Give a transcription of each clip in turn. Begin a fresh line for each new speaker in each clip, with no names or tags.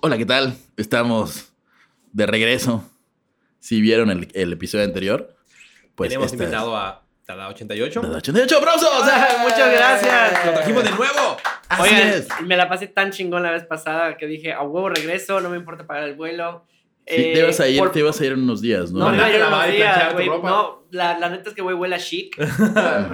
Hola, ¿qué tal? Estamos de regreso. Si vieron el, el episodio anterior, pues.
Tenemos
esta es
invitado a Dada 88.
la de 88 aplausos.
¡Ay!
Muchas gracias.
Lo trajimos de nuevo.
Así
Oigan,
es.
me la pasé tan chingón la vez pasada que dije, a huevo regreso, no me importa pagar el vuelo.
Sí,
Eh,
te ibas a ir,
por-
te ibas a ir en unos días, ¿no?
No,
Van
me
a
iba a ir
lavar
unos
y
días,
planchar tu
güey.
ropa.
No, la, la neta es que, güey, huele a shit.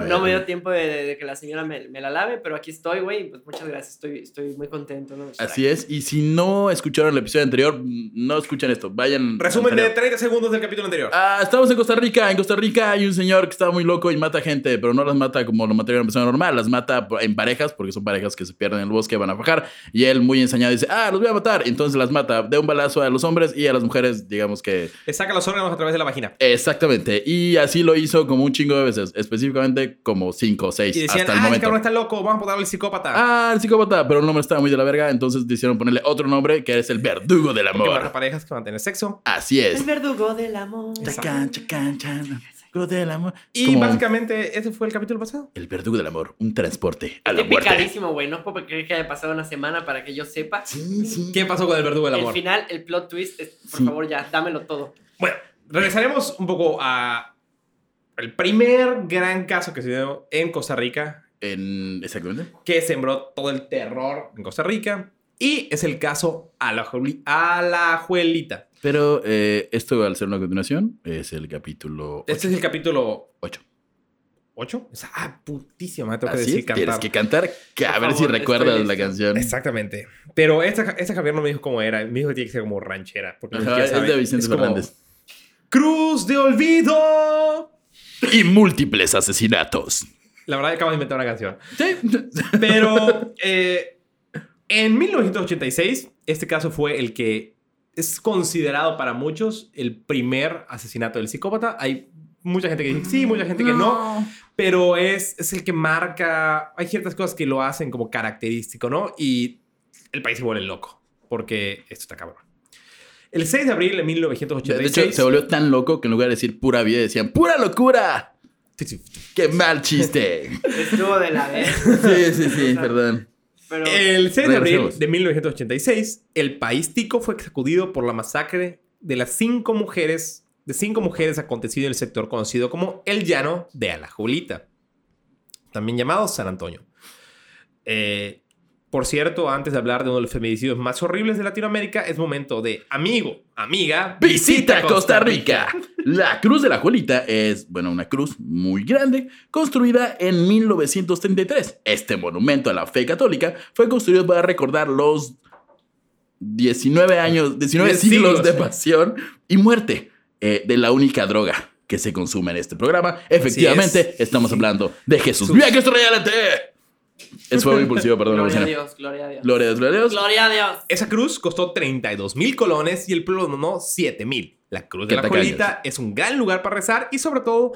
No me dio tiempo de, de- de que la señora me, me la lave, pero aquí estoy, güey. y Pues muchas gracias, estoy, estoy muy contento. ¿no?
Así es. Y si no escucharon el episodio anterior, no escuchan esto. Vayan.
Resumen de
anterior.
30 segundos del capítulo anterior.
Ah, estamos en Costa Rica. En Costa Rica hay un señor que está muy loco y mata gente, pero no las mata como lo mataría una persona normal. Las mata por- en parejas, porque son parejas que se pierden en el bosque, van a bajar. Y él, muy ensañado, dice: Ah, los voy a matar. Entonces las mata. De un balazo a los hombres y a las mujeres, digamos que.
Le saca los órganos a través de la vagina.
Exactamente. Y así lo hizo como un chingo de veces. Específicamente como cinco o seis
Y decían,
Pues, hasta el
ah, el
momento.
cabrón está loco, vamos a botarle al psicópata.
Ah, el psicópata, pero el nombre estaba muy de la verga, entonces decidieron ponerle otro nombre que es el verdugo del
Porque van a
amor.
parejas que van a tener sexo.
Así
El
es.
verdugo del amor.
Chacán, chacán, chan, verdugo del amor.
Y
Como
básicamente, ese fue el capítulo pasado.
el verdugo del amor, un transporte a la
Qué
muerte.
picadísimo, güey. No puedo creer que haya pasado una semana para que yo sepa.
Sí, sí.
¿Qué pasó con el verdugo del
El
amor?
final, el plot twist, es, por
Sí.
favor, ya, dámelo todo.
Bueno, regresaremos un poco a el primer gran caso que se dio en Costa Rica,
En- exactamente.
que sembró todo el terror en Costa Rica, y es el caso a la, Juelita.
Pero eh, esto, al ser una continuación, es el capítulo
Este es el capítulo
8.
8. Ah, putísima, tengo que
Así
decir
es,
cantar.
tienes que cantar, que a
Por
ver si
favor,
recuerdas
estoy
la
listo.
canción.
Exactamente. Pero esta, esta Javier no me dijo cómo era. Me dijo que tiene que ser como ranchera. Porque ni
Ajá,
siquiera
es
sabe.
de Vicente
como,
Fernández.
Cruz de olvido.
Y múltiples asesinatos.
La verdad, acabo de inventar una canción.
Sí.
Pero eh, en 1986, este caso fue el que es considerado para muchos el primer asesinato del psicópata. Hay mucha gente que dice sí, mucha gente que no, pero es, es el que marca. Hay ciertas cosas que lo hacen como característico, ¿no? Y el país se vuelve loco porque esto está cabrón. El 6 de abril de
De de hecho,
1986.
se volvió tan loco que en lugar de decir pura vida, decían pura locura. ¡Qué mal chiste!
Estuvo de la vez.
Sí, sí, Eh, sí, perdón.
Pero...
El 6 de abril
Regresemos.
de 1986, el país tico fue sacudido por la masacre de las cinco mujeres, de cinco mujeres acontecido en el sector conocido como el Llano de Alajuelita, también llamado San Antonio. Eh, por cierto, antes de hablar de uno de los feminicidios más horribles de Latinoamérica, es momento de amigo, amiga,
Visita Costa Rica. La Cruz de la Juelita es, bueno, una cruz muy grande construida en 1933. Este monumento a la fe católica fue construido para recordar los 19 años, 19
De
siglos,
siglos.
de pasión y muerte eh, de la única droga que se consume en este programa. Efectivamente,
es.
estamos hablando de Jesús.
Jesús.
¡Viva Cristo Rey adelante! Eso fue muy eh. impulsivo, perdón. me
Gloria a
emocioné.
Dios, gloria a Dios.
Gloria a Dios, gloria a Dios.
Gloria a Dios.
Esa cruz costó 32 mil colones y el pueblo donó 7 mil. La cruz de
Qué
la
tacaños.
Colita es un gran lugar para rezar y sobre todo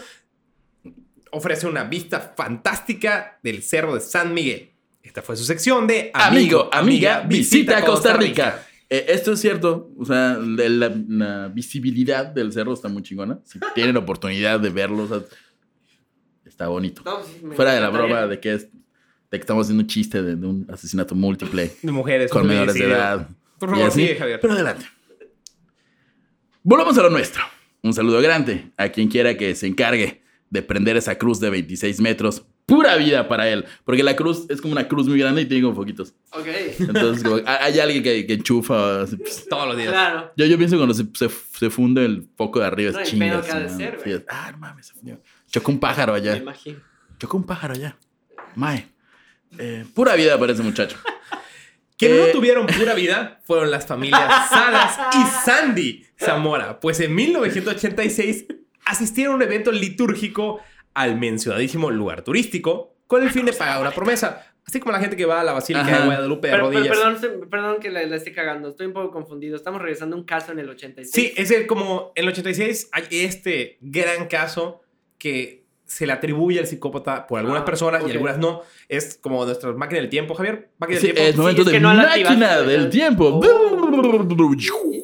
ofrece una vista fantástica del cerro de San Miguel. Esta fue su sección de
Amigo, amiga, visita Costa Rica. Eh, esto es cierto, o sea, de la, la visibilidad del cerro está muy chingona. Si tienen oportunidad de verlo, o sea, está bonito.
No, sí, me
Fuera de la
encantaría.
broma de que, es, de que estamos haciendo un chiste de, de un asesinato múltiple
De mujeres
con menores de
feminicidio.
edad.
Por
y
favor,
así.
sigue, Javier.
Pero adelante. Volvamos a lo nuestro. Un saludo grande a quien quiera que se encargue de prender esa cruz de 26 metros. Pura vida para él. Porque la cruz es como una cruz muy grande y tiene como foquitos.
Ok,
Entonces, como, a- hay alguien que, que enchufa. así, pss.
Todos los días.
claro.
Yo, yo pienso que cuando se, se, se funde el foco de arriba,
No,
es
el
chingas.
pedo que ha de
¿no?
ser,
Sí,
güey.
es, ah, no mames, se fundió. Chocó un pájaro
Me
allá.
imagino.
Chocó un pájaro allá. Mae. Eh, pura vida para ese muchacho.
Quienes
Eh.
no tuvieron pura vida fueron las familias Salas y Sandy Zamora, pues en 1986 asistieron a un evento litúrgico al mencionadísimo lugar turístico con el fin de pagar una promesa, así como la gente que va a la Basílica
Ajá.
de Guadalupe de
Pero, pero
rodillas.
perdón, se- perdón que la, la esté cagando, estoy un poco confundido. Estamos regresando a un caso en el 86.
Sí, es el- como en el 86 hay este gran caso que se le atribuye al psicópata por algunas
Ah,
personas
ok.
y algunas no. Es como nuestra máquina del tiempo, Javier. Máquina
Sí,
del
es
tiempo.
momento
es que
de
no la
máquina
activaste, Oh.
del
¿no?
tiempo.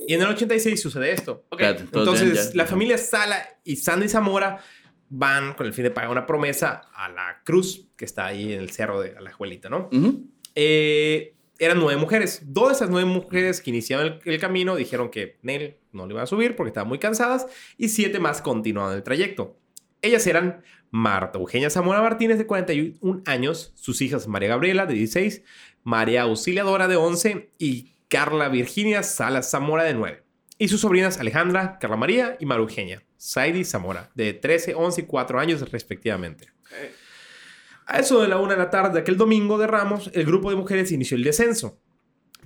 Y en el 86 sucede esto.
Ok,
Espérate, entonces,
Entonces,
ya.
la familia Sala y Sandy Zamora van con el fin de pagar una promesa a la cruz que está ahí en el cerro de la Alajuelita, ¿no?
Ujú.
Eh, eran nueve mujeres. Dos de esas nueve mujeres que iniciaron el, el camino dijeron que Nel no le iban a subir porque estaban muy cansadas y siete más continuaron el trayecto. Ellas eran Marta Eugenia Zamora Martínez, de 41 años, sus hijas María Gabriela, de 16, María Auxiliadora, de 11 y Carla Virginia Salas Zamora, de 9. Y sus sobrinas Alejandra, Carla María y María Eugenia, Saidi Zamora, de 13, 11 y 4 años respectivamente. A eso de la una de la tarde de aquel domingo de Ramos, el grupo de mujeres inició el descenso.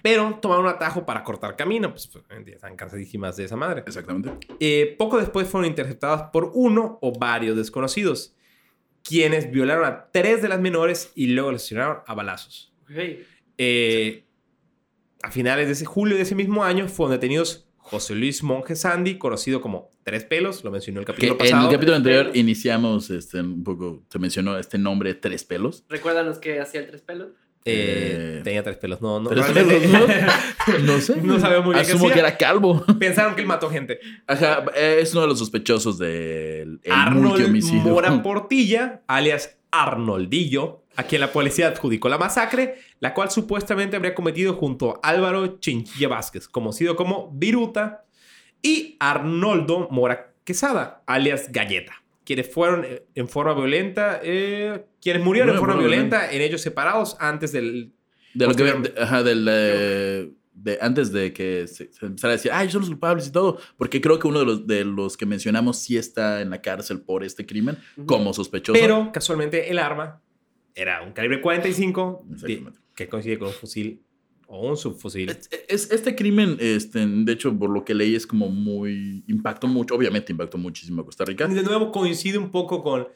Pero tomaron un atajo para cortar camino, pues obviamente ya están cansadísimas de esa madre.
Exactamente.
Eh, poco después fueron interceptadas por uno o varios desconocidos, quienes violaron a tres de las menores y luego las lesionaron a balazos.
Güey,
Eh, A finales de ese julio de ese mismo año fueron detenidos José Luis Monge Sandy, conocido como Tres Pelos, lo mencionó el
Que
capítulo
en
pasado. eh,
el capítulo anterior iniciamos este, un poco, se mencionó este nombre Tres Pelos.
Recuérdanos que hacía el tres pelos.
Eh, tenía tres pelos, no, no.
¿Tres
realmente-
pelos, no? No sé.
No sabemos muy bien qué
Asumo que
hacía.
era calvo.
Pensaron que él mató gente.
Ajá, eh, es uno de los sospechosos del el
Arnold
multihomicidio.
Mora Portilla, alias Arnoldillo, a quien la policía adjudicó la masacre, la cual supuestamente habría cometido junto a Álvaro Chinchilla Vázquez, conocido como Viruta, y Arnoldo Mora Quesada, alias Galleta, quienes fueron eh, en forma violenta, eh, quienes murieron
Muy
en forma
bueno,
violenta en hechos separados antes del...
De lo que
Posteriormente.
de- ajá, del, eh, de- antes de que se, se empezara a decir, ay, son los culpables y todo, porque creo que uno de los, de los que mencionamos sí está en la cárcel por este crimen
Ujú.
como sospechoso.
Pero casualmente el arma era un calibre 45 de-
Exactamente.
que coincide con un fusil o un subfusil.
Es- es- este crimen, este, de hecho, por lo que leí, es como muy. impactó mucho, obviamente impactó muchísimo a Costa Rica.
De nuevo coincide un poco con...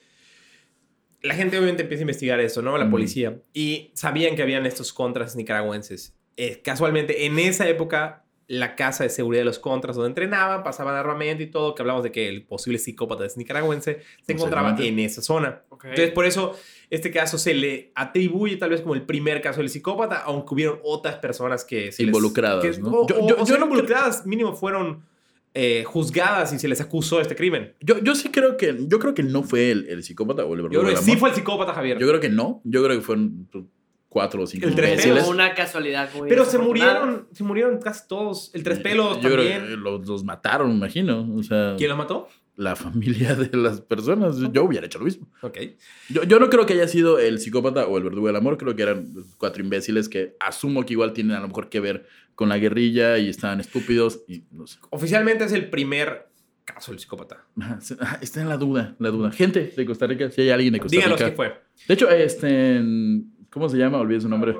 La gente obviamente empieza a investigar eso, ¿no? La
Mm.
policía. Y sabían que habían estos contras nicaragüenses. Eh, casualmente, en esa época, la casa de seguridad de los contras, donde entrenaban, pasaban armamento y todo, que hablamos de que el posible psicópata es nicaragüense, se encontraba en
Exactamente.
esa zona.
Ok.
Entonces, por eso, este caso se le atribuye tal vez como el primer caso del psicópata, aunque hubieron otras personas que... se les-
Involucradas,
que-
¿no?
O,
Yo-
o-
yo-
o
yo
sea,
no creo-
involucradas, mínimo, fueron eh, juzgadas y se les acusó de este crimen.
Yo, yo sí creo que. Yo creo que no fue el, el psicópata o el
Yo
verdugo
creo que
del
sí
amor.
fue el psicópata, Javier.
Yo creo que no. Yo creo que fueron cuatro o cinco
El tres
imbéciles.
Pero una casualidad muy
pero se
desafortunada.
murieron, se murieron casi todos. El tres pelos
Eh, Yo creo
también.
que los, los mataron, me imagino. O sea,
¿Quién los mató?
la familia de las personas. Yo hubiera hecho lo mismo.
Ok.
Yo, yo no creo que haya sido el psicópata o el verdugo del amor, creo que eran cuatro imbéciles que asumo que igual tienen a lo mejor que ver con la guerrilla y estaban estúpidos y no sé.
Oficialmente es el primer caso del psicópata.
Ajá, se- ajá, Ah, Está en la duda, la duda. Gente de Costa Rica, si hay alguien de Costa
Díganos
Rica.
qué fue.
De hecho, este, en- ¿cómo se llama? Olvidé su nombre.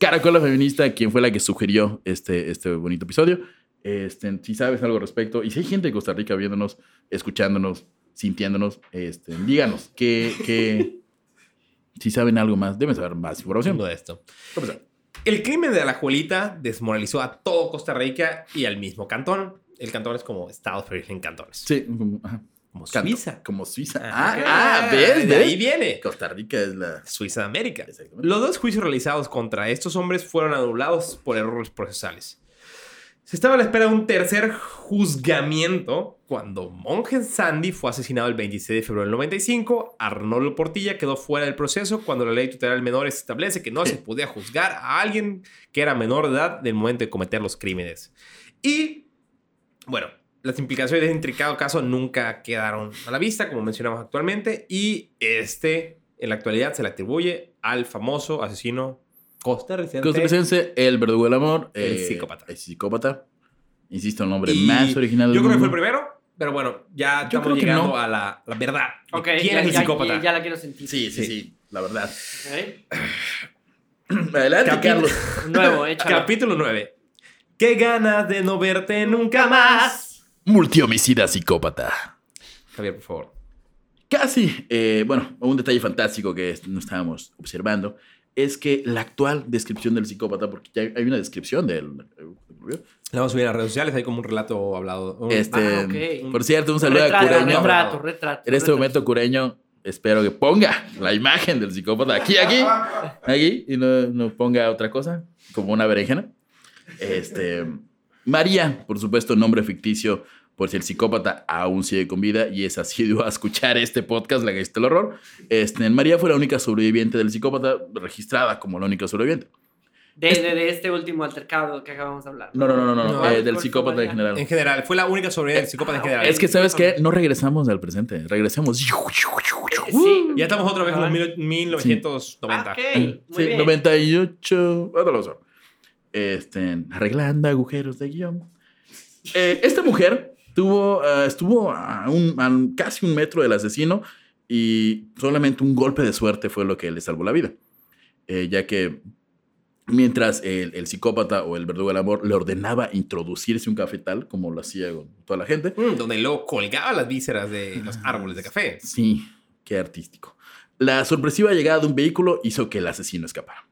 Caracola Feminista, quien fue la que sugirió este, este bonito episodio. Este, si sabes algo al respecto, y si hay gente de Costa Rica viéndonos, escuchándonos, sintiéndonos, este, díganos que, que si saben algo más, deben saber más información.
Haciendo esto.
¿Cómo se llama?
El crimen de la Juelita desmoralizó a todo Costa Rica y al mismo cantón. El cantón es como Estados Unidos en cantones.
Sí, como, ajá,
Como
canto,
Suiza.
Como Suiza.
Ajá.
Ah, ah, ¿ves?
De ahí
¿Ves?
viene.
Costa Rica es la...
Suiza de América.
Exactamente.
Los dos juicios realizados contra estos hombres fueron anulados por errores procesales. Se estaba a la espera de un tercer juzgamiento cuando Mongen Sandy fue asesinado el 26 de febrero del 95. Arnoldo Portilla quedó fuera del proceso cuando la ley tutelar de menores establece que no se podía juzgar a alguien que era menor de edad del momento de cometer los crímenes. Y, bueno, las implicaciones de este intricado caso nunca quedaron a la vista, como mencionamos actualmente, y este, en la actualidad, se le atribuye al famoso asesino costarricense.
Costarricense, el verdugo del amor.
El
eh,
psicópata.
El psicópata. Insisto, el nombre
Y
más original del
Yo creo que fue
mundo.
el primero, pero bueno, ya
Yo
estamos
creo que
llegando
no.
a la, la verdad. de
Ok,
¿Quién
ya,
es el
ya-
psicópata?
Ya la quiero sentir.
Sí, sí,
Sí.
sí, la verdad.
Ok.
Adelante,
Capi-
Carlos.
Nuevo, échalo.
Capítulo 9. Qué ganas de no verte nunca más.
Multihomicida psicópata.
Javier, por favor.
Casi, eh, bueno, un detalle fantástico que es- no estábamos observando es que la actual descripción del psicópata, porque ya hay una descripción del...
La vamos a subir a las redes sociales, hay como un relato hablado. un-
Este,
Ah, ok.
Por cierto, un saludo a
Retrato,
Cureño.
Retrato, retrato.
En este
retrato.
momento, Cureño, espero que ponga la imagen del psicópata aquí, aquí, aquí, y no, no ponga otra cosa, como una berenjena. Este, María, por supuesto, nombre ficticio, por si el psicópata aún sigue con vida y es asiduo a escuchar este podcast, La Galleta del Horror. Este, María fue la única sobreviviente del psicópata, registrada como la única sobreviviente.
De, de, de este último altercado que acabamos de hablar.
No, no, no, no, no,
No,
eh,
por
del
su
psicópata en
manera.
general.
Ah, En general, fue la única sobriedad del psicópata en general.
Es que, ¿sabes qué? No regresamos al presente, regresemos.
Sí.
Ya estamos otra vez en los mil-
Ah,
1990.
ok, muy
Sí,
bien.
98. ahora lo uso. Este, arreglando agujeros de guión. Eh, esta mujer tuvo, ah, estuvo a, un- a un- casi un metro del asesino y solamente un golpe de suerte fue lo que le salvó la vida. Eh, ya que mientras el, el psicópata o el verdugo del amor le ordenaba introducirse un cafetal, como lo hacía con toda la gente,
Mm, donde luego colgaba las vísceras de los
Ah.
árboles de café.
Sí, qué artístico. La sorpresiva llegada de un vehículo hizo que el asesino escapara.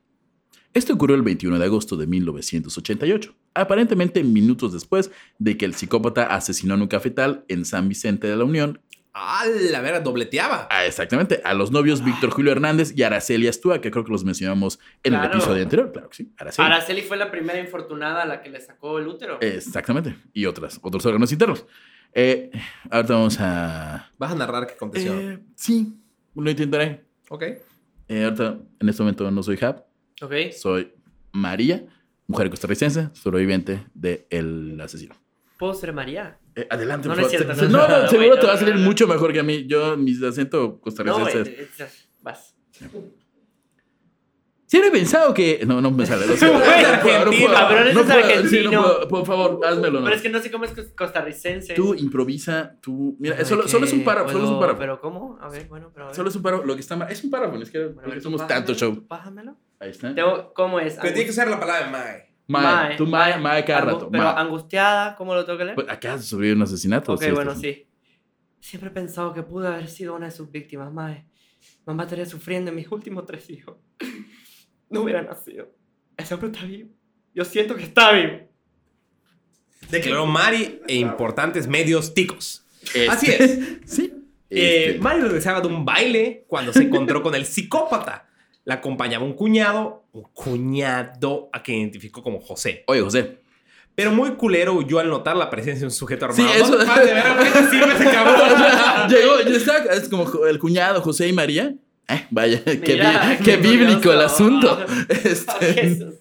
Esto ocurrió el 21 de agosto de 1988, aparentemente minutos después de que el psicópata asesinó en un cafetal en San Vicente de la Unión,
¡A la vera! Dobleteaba.
a- exactamente, a los novios Víctor Julio Hernández y Araceli Astúa, que creo que los mencionamos en el
Claro.
episodio anterior, claro que sí, Eh. Araceli.
Araceli fue la primera infortunada a la que le sacó el útero.
Exactamente, y otras, otros órganos internos. Eh, ahorita vamos a...
Vas a narrar qué aconteció.
Eh, sí, lo intentaré.
ok.
Eh, ahorita, en este momento no soy Hub,
Ok.
Soy María, mujer costarricense, sobreviviente del asesino.
Puedo ser María.
Eh, adelante,
No,
por
no es
favor.
cierto,
Se-
no,
no,
no,
no,
no,
seguro
güey,
te
no,
va a salir
no, no.
mucho mejor que a mí. Yo, mis acento
No,
costarricense.
eh, eh, vas.
Siempre he pensado que. No, no me sale. lo siento.
Güey,
No puedo, no
argentino,
puedo.
cabrón, ese
No
es
puedo, sí,
argentino.
no puedo. Por favor, házmelo. no.
Pero es que no sé cómo es cos- costarricense.
Tú improvisa, tú. Mira,
Ay,
eh, solo,
que-
solo es un párrafo. Solo es un
pero-
párrafo.
¿Pero cómo? A ver, bueno, pero a ver.
Solo es un párrafo. Lo que está mal. Es un párrafo, es que
Bueno, a ver, tú
somos
pásamelo,
tanto show.
tú Pásamelo.
Ahí está.
Tengo- ¿Cómo es?
Pero tiene que
Angus-
ser la palabra de Mae.
Mae, tú mae, mae cada
angu-
rato.
Pero
mae.
angustiada, ¿cómo lo tengo que leer?
Pues, Acá sobrevivió un asesinato.
ok,
sí,
bueno,
este-
sí. Siempre he pensado que pude haber sido una de sus víctimas, Mae. Mamá estaría sufriendo en mis últimos tres hijos. No hubiera nacido. Ese hombre está vivo. Yo siento que está vivo.
Declaró Mari e importantes medios ticos.
Este-
Así es.
Sí.
Eh,
Este-
Mari regresaba de un baile cuando se encontró con el psicópata. La acompañaba un cuñado, un cuñado a que identificó como José.
Oye, José.
Pero muy culero huyó al notar la presencia de un sujeto
Sí,
armado.
eso-
¿Dónde vas de ver a qué te sirve ese cabrón?
Llegó, yo estaba- es como jo- el cuñado José y María. Eh, vaya, qué, bi-
Mira,
qué
qué
bíblico el
curioso.
asunto.
Ah,
Este,
Jesús.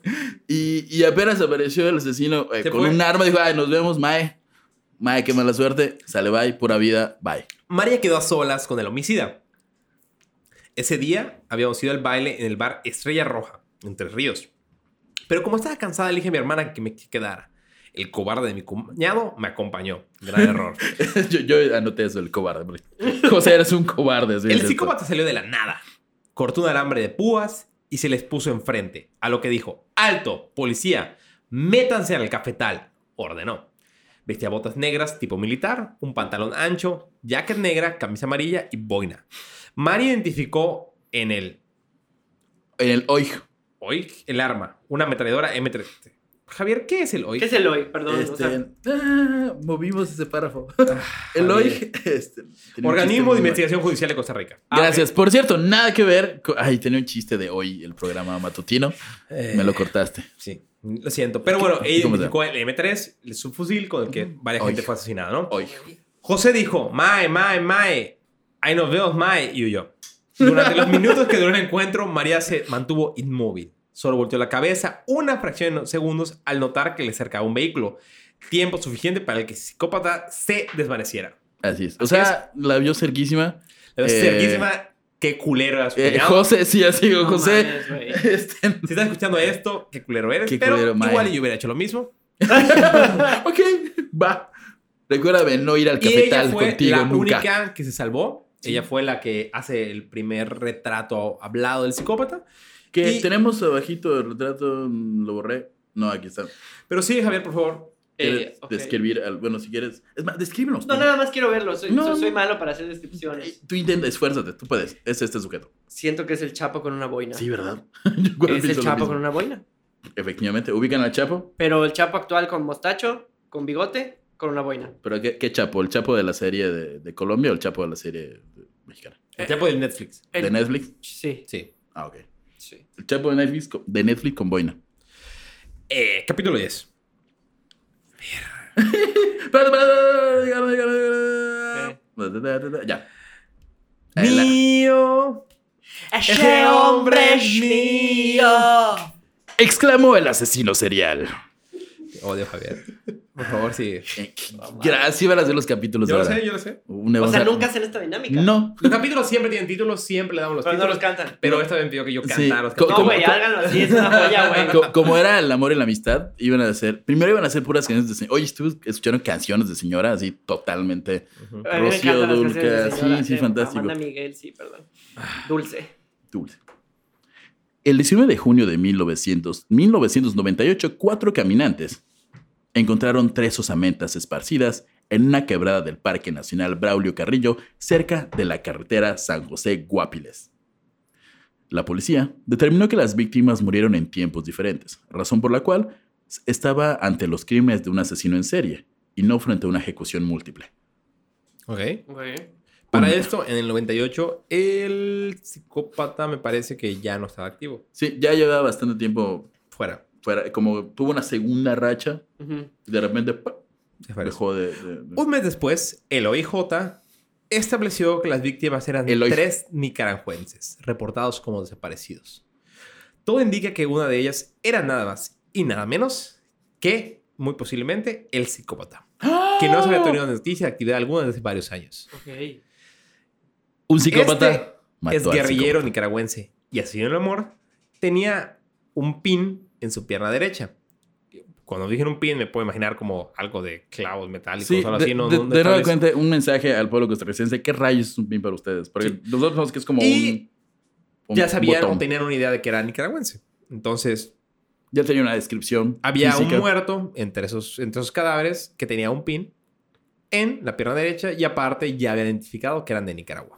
y, y apenas apareció el asesino eh,
Se
con
fue.
un arma. Dijo, ay, nos vemos, Mae. Mae, qué mala suerte. Sale, bye, pura vida, bye.
María quedó a solas con el homicida. Ese día habíamos ido al baile en el bar Estrella Roja, en Tres Ríos. Pero como estaba cansada, le dije a mi hermana que me quedara. El cobarde de mi cuñado me acompañó. Gran error.
yo, yo anoté eso, el cobarde. porque José, eres un cobarde. sí,
el
es esto.
psicópata salió de la nada. Cortó un alambre de púas y se les puso enfrente. A lo que dijo, alto, policía, métanse al cafetal. Ordenó. Vestía botas negras tipo militar, un pantalón ancho, jacket negra, camisa amarilla y boina. Mari identificó en el
En el hoy.
Hoy el arma, una ametralladora M3. Javier, ¿qué es el hoy?
¿Qué es el hoy? Perdón. o
Este,
sea,
ah, movimos ese párrafo. el hoy. este, tenía un chiste muy
Organismo de
bueno.
Investigación Judicial de Costa Rica.
Ah,
Gracias. Por cierto, nada que ver. co- Ay, tenía un chiste de hoy, el programa matutino. Me
Eh.
lo cortaste.
Eh, Sí, lo siento. Pero bueno, ella
¿Cómo se
identificó el M3, el subfusil con el que varias
Hoy.
gente fue asesinada, ¿no?
Hoy.
José dijo, Mae, Mae, Mae, ahí nos vemos, Mae, y huyó. Durante los minutos que duró el encuentro, María se mantuvo inmóvil. Solo volteó la cabeza una fracción de segundos al notar que le cercaba un vehículo. Tiempo suficiente para que el psicópata se desvaneciera.
Así es. O
Así
sea, la vio cerquísima.
La verdad,
Eh,
cerquísima, qué culero era su
Eh,
cuñado.
José, sí, así,
no
José.
mames, güey.
Este,
Si estás escuchando esto, qué culero eres.
Qué
pero
culero, mae.
igual y yo hubiera hecho lo mismo.
ok, va. Recuérdame no ir al
Y ella
cafetal
fue
contigo
la
nunca.
única que se salvó. Ella fue la que hace el primer retrato hablado del psicópata.
Que
y-
tenemos abajito el retrato, mm, lo borré. No, aquí está.
Pero sí, Javier, por favor.
¿Quieres
Eh, ok.
describir? al- Bueno, si quieres. Es más, descríbenos.
No,
tú.
nada más quiero verlo. Soy,
No,
soy,
no.
soy malo para hacer descripciones.
Tú intenta, esfuérzate, tú puedes. Es este sujeto.
Siento que es el Chapo con una boina.
Sí, ¿verdad? Yo igual
es
pienso
el
lo
Chapo
mismo.
con una boina.
Efectivamente, ubican al Chapo.
Pero el Chapo actual con mostacho, con bigote, con una boina.
¿Pero qué, qué Chapo? ¿El Chapo de la serie de, de Colombia o el Chapo de la serie de- mexicana?
El tiempo del Netflix.
¿De
El-
Netflix?
Sí,
Sí.
Ah, ok.
sí.
El Chapo de Netflix con, de Netflix con boina.
Eh, capítulo 10.
Espérate, espérate, espérate, espérate, espérate. Ya. Eh, la-
Mío.
Ese hombre es mío.
exclamó el asesino serial.
Te Odio, Javier. Por favor, sí.
Gracias, verás de los capítulos
Yo lo
ahora.
sé, yo lo sé.
Una
O sea,
cosa-
nunca hacen esta dinámica.
No.
Los capítulos siempre tienen títulos, siempre le damos los
Pero no
títulos.
los cantan.
Pero esta vez me pidió que yo
Sí.
cantara los
Co-
capítulos.
No, güey, háganlo así, es una
Oh,
joya, güey.
Co- como era el amor y la amistad, iban a hacer. Primero iban a hacer puras canciones de señora. Oye, estuve escuchando canciones de señora así totalmente.
Ujú.
A mí me
Rocío
encantan las
Dulca,
canciones de
sí,
señora,
sí, fantástico. Ah.
Amanda Miguel, sí, perdón. Dulce.
Dulce. El 19 de junio de 1900, 1998, cuatro caminantes encontraron tres osamentas esparcidas en una quebrada del Parque Nacional Braulio Carrillo, cerca de la carretera San José Guapiles. La policía determinó que las víctimas murieron en tiempos diferentes, razón por la cual estaba ante los crímenes de un asesino en serie y no frente a una ejecución múltiple.
Ok.
Güey.
Para esto, en el 98, el psicópata me parece que ya no estaba activo.
Sí, ya llevaba bastante tiempo
Fuera.
fuera, como tuvo una segunda racha,
Ujú.
y de repente ¡pa!
desapareció.
Dejó de- de- de-
Un mes después, el OIJ estableció que las víctimas eran
El OIJ.
tres nicaragüenses, reportados como desaparecidos. Todo indica que una de ellas era nada más y nada menos que, muy posiblemente, el psicópata, que no se había tenido noticia de actividad alguna desde varios años.
Ok.
Un psicópata
Este
mató
es
al
guerrillero
psicópata.
nicaragüense y así en el amor tenía un pin en su pierna derecha. Cuando dije un pin me puedo imaginar como algo de clavos metálicos
Sí,
o algo
de,
así. No,
de-
no- no
de nueva
establece-
cuenta, un mensaje al pueblo costarricense. ¿Qué rayos es un pin para ustedes? Porque
Sí.
nosotros sabemos que es como un,
Y
un
ya sabían
botón.
o tenían una idea de que era nicaragüense. Entonces
Ya tenía una descripción
había
física.
un muerto entre esos, entre esos cadáveres que tenía un pin en la pierna derecha y aparte ya había identificado que eran de Nicaragua.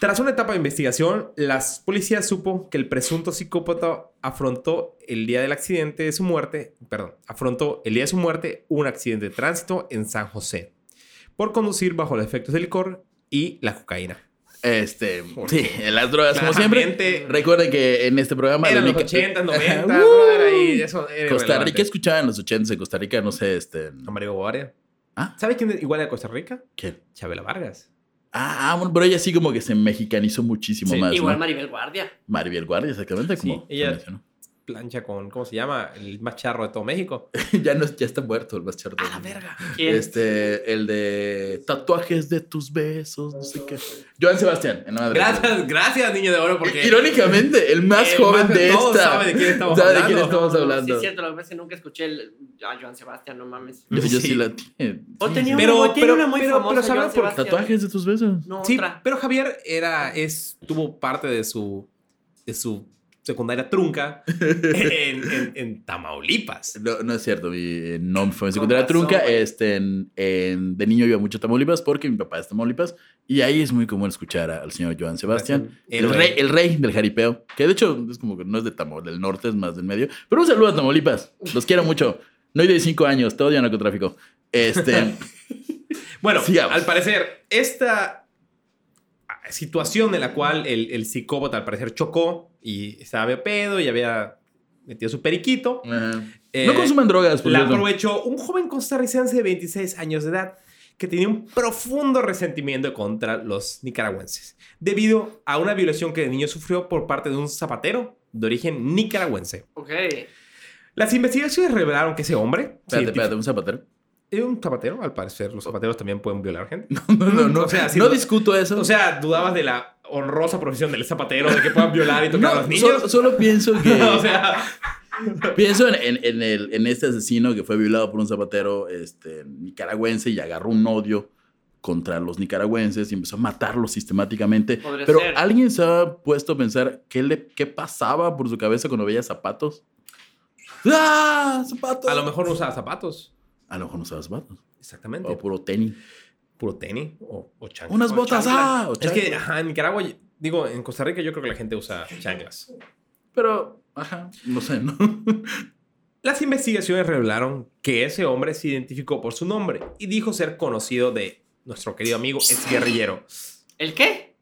Tras una etapa de investigación, las policías supo que el presunto psicópata afrontó el día del accidente de su muerte, perdón, afrontó el día de su muerte un accidente de tránsito en San José por conducir bajo los efectos del licor y la cocaína.
Este,
Porque-
sí, las drogas Pues, como siempre.
Claramente,
Recuerden que en este programa...
eran
la
los
única-
80, 90,
Ajá.
brother, ahí, eso era
Costa
irrelevante.
Rica escuchaba en los 80 en Costa Rica, no sé, este...
No, Mario Guardia.
Ah.
¿Sabes quién es igual a Costa Rica?
¿Quién?
Chabela Vargas.
Ah, ah, bueno, pero ella sí como que se mexicanizó muchísimo
Sí,
más,
Igual
¿no?
Maribel Guardia.
Maribel Guardia, exactamente, como se
ella-
mencionó.
Plancha con, ¿cómo se llama? El más charro de todo México.
ya, no, ya está muerto el más charro
Ah,
del mundo.
¿Quién?
Este, el de tatuajes de tus besos, no sé qué. Joan Sebastián, en la madre.
Gracias, gracias, niño de oro, porque.
Irónicamente, el más
el
joven
más
de
todos
esta.
sabe de quién estamos
Sabe de
hablando.
quién estamos
Sí,
hablando.
es cierto, lo que pasa es que nunca escuché el... a Joan Sebastián, no mames.
yo, yo sí
Sí.
la tiene.
O
Sí,
tenía
sí.
Pero-
una, tiene
pero-
una muy
pero-
famosa
pero ¿saben
Joan
por-
Sebastián.
tatuajes de tus besos.
No,
Sí,
otra.
pero Javier era, es, tuvo parte de su, de su secundaria trunca en, en- en Tamaulipas.
No, no es cierto, mi nombre fue en secundaria
Con razón,
trunca.
güey.
Este, en, en- de niño iba mucho a Tamaulipas porque mi papá es de Tamaulipas. Y ahí es muy común escuchar a- al señor Joan Sebastián. El
Héroe.
rey, el rey del jaripeo. Que de hecho es como que no es de Tamo, del norte, es más del medio. Pero un saludo a Tamaulipas. Los quiero mucho. No hay de cinco años, te odio narcotráfico. Este,
Bueno,
Sigamos.
al parecer, esta situación en la cual el, el psicópata al parecer chocó y estaba medio pedo y había metido su periquito.
ajá.
eh,
no consuman drogas, por
La
cierto.
aprovechó un joven costarricense de 26 años de edad que tenía un profundo resentimiento contra los nicaragüenses debido a una violación que de niño sufrió por parte de un zapatero de origen nicaragüense.
Ok.
Las investigaciones revelaron que ese hombre...
Espérate,
científico-
espérate, un zapatero.
Era un zapatero, al parecer. Los zapateros también pueden violar gente.
No, no, no.
O sea, si
no
no-
discuto eso.
O sea, dudabas de la honrosa profesión del zapatero, de que puedan violar y tocar a los
No,
niños.
solo, solo pienso que.
o sea,
pienso en, en- en el, en este asesino que fue violado por un zapatero este, nicaragüense y agarró un odio contra los nicaragüenses y empezó a matarlos sistemáticamente.
Podría
Pero
ser.
alguien se ha puesto a pensar qué, le, qué pasaba por su cabeza cuando veía zapatos. ¡Ah! ¡Zapatos!
a lo mejor no usaba zapatos.
A lo mejor no usaba zapatos.
Exactamente.
O puro tenis.
puro tenis o, o chanclas.
Unas
O
botas,
chanclas.
ah, o
es que
chanclas.
ajá, en Nicaragua, digo, en Costa Rica yo creo que la gente usa chanclas.
Pero, ajá, no sé, ¿no?
Las investigaciones revelaron que ese hombre se identificó por su nombre y dijo ser conocido de nuestro querido amigo exguerrillero.
¿El qué?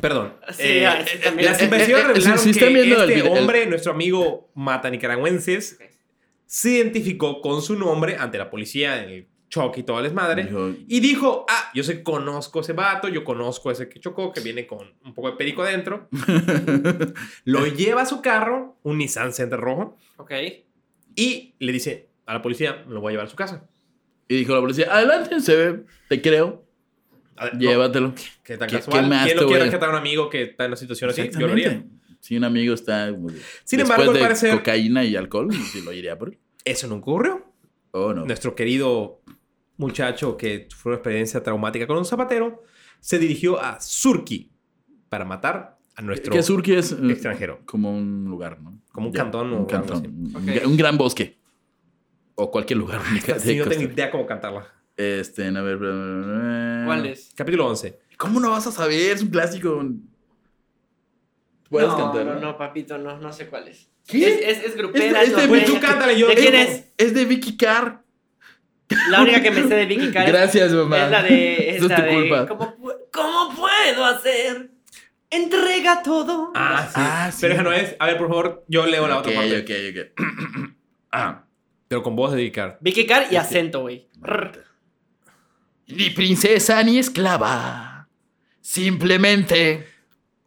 Perdón.
Sí,
eh,
ah, sí, también.
las
eh, eh,
investigaciones
eh,
revelaron
si- si están
que
viendo el
este
video- el-
hombre, nuestro amigo mata nicaragüenses,
Ok.
se identificó con su nombre ante la policía en el Chucky y todo el desmadre.
Dijo,
Y dijo, ah, yo sé, conozco a ese vato, yo conozco a ese que chocó, que viene con un poco de perico adentro. Lo lleva a su carro, un Nissan Sentra rojo,
Ok.
y le dice a la policía, me lo voy a llevar a su casa.
y dijo la policía, adelante, se ve, te creo,
A ver, no,
llévatelo.
¿Qué tan
¿Qué-
casual?
qué más
¿Quién
te
no
voy
quiere
a-
rescatar a un amigo que está en una situación así? Yo lo haría.
Exactamente. Si un amigo está... como que-
Sin
después
embargo, al
de
parecer-
cocaína y alcohol, si lo iría por él.
Eso nunca ocurrió.
Oh, no.
Nuestro querido muchacho que sufrió una experiencia traumática con un zapatero se dirigió a Surki para matar a nuestro
Que Surki es... eh,
extranjero.
Como un lugar, ¿no?
Como un cantón
Un
o algo
cantón.
así.
Un,
Ok.
gra- un gran bosque. O cualquier lugar. de
Sí, no
Costa
tengo ni idea cómo cantarla.
Este, a ver. Ah.
¿Cuál es?
Capítulo 11.
¿Cómo no vas a saber? Es un clásico. Puedes
no,
cantar.
No, no, papito, no, no sé cuál es.
¿Qué? Este,
Es, es, es grupera.
Es de- es
no
de-
puede-
Tú cántale, yo.
¿De quién es?
Es de Vicky Carr.
La única que me sé de Vicky Carr es-
Gracias, mamá.
es la de. Es
Eso es
la
tu
de
culpa.
¿cómo, pu- cómo puedo hacer? Entrega todo.
Ah, sí.
Ah, sí.
Pero esa no es. A ver, por favor, yo leo la
ok,
otra parte.
ok, ok. ah.
Pero con voz de dedicar.
Vicky Carr y acento, güey. Rrr.
Ni princesa ni esclava. Simplemente.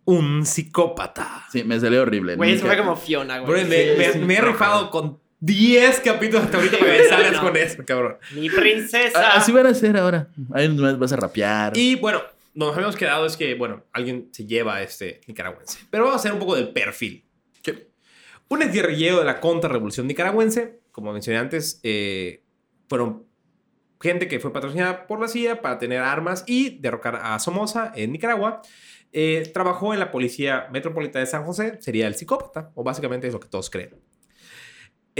Un psicópata.
Sí, me salió horrible.
Güey, eso
Nunca-
fue como Fiona,
Bro,
güey.
me,
Ah, sí,
me-
sí.
me he rifado con 10 capítulos hasta ahorita para que me
Sí,
salgas
no.
con eso, cabrón.
Mi princesa.
Ah, Así van a ser ahora. Ahí nomás vas a rapear.
Y bueno, nos habíamos quedado es que, bueno, alguien se lleva a este nicaragüense. Pero vamos a hacer un poco del perfil.
¿Qué?
Un exguerrillero de la contrarrevolución nicaragüense, como mencioné antes, eh, fueron gente que fue patrocinada por la CIA para tener armas y derrocar a Somoza en Nicaragua. Eh, trabajó en la Policía Metropolitana de San José, sería el psicópata, o básicamente es lo que todos creen.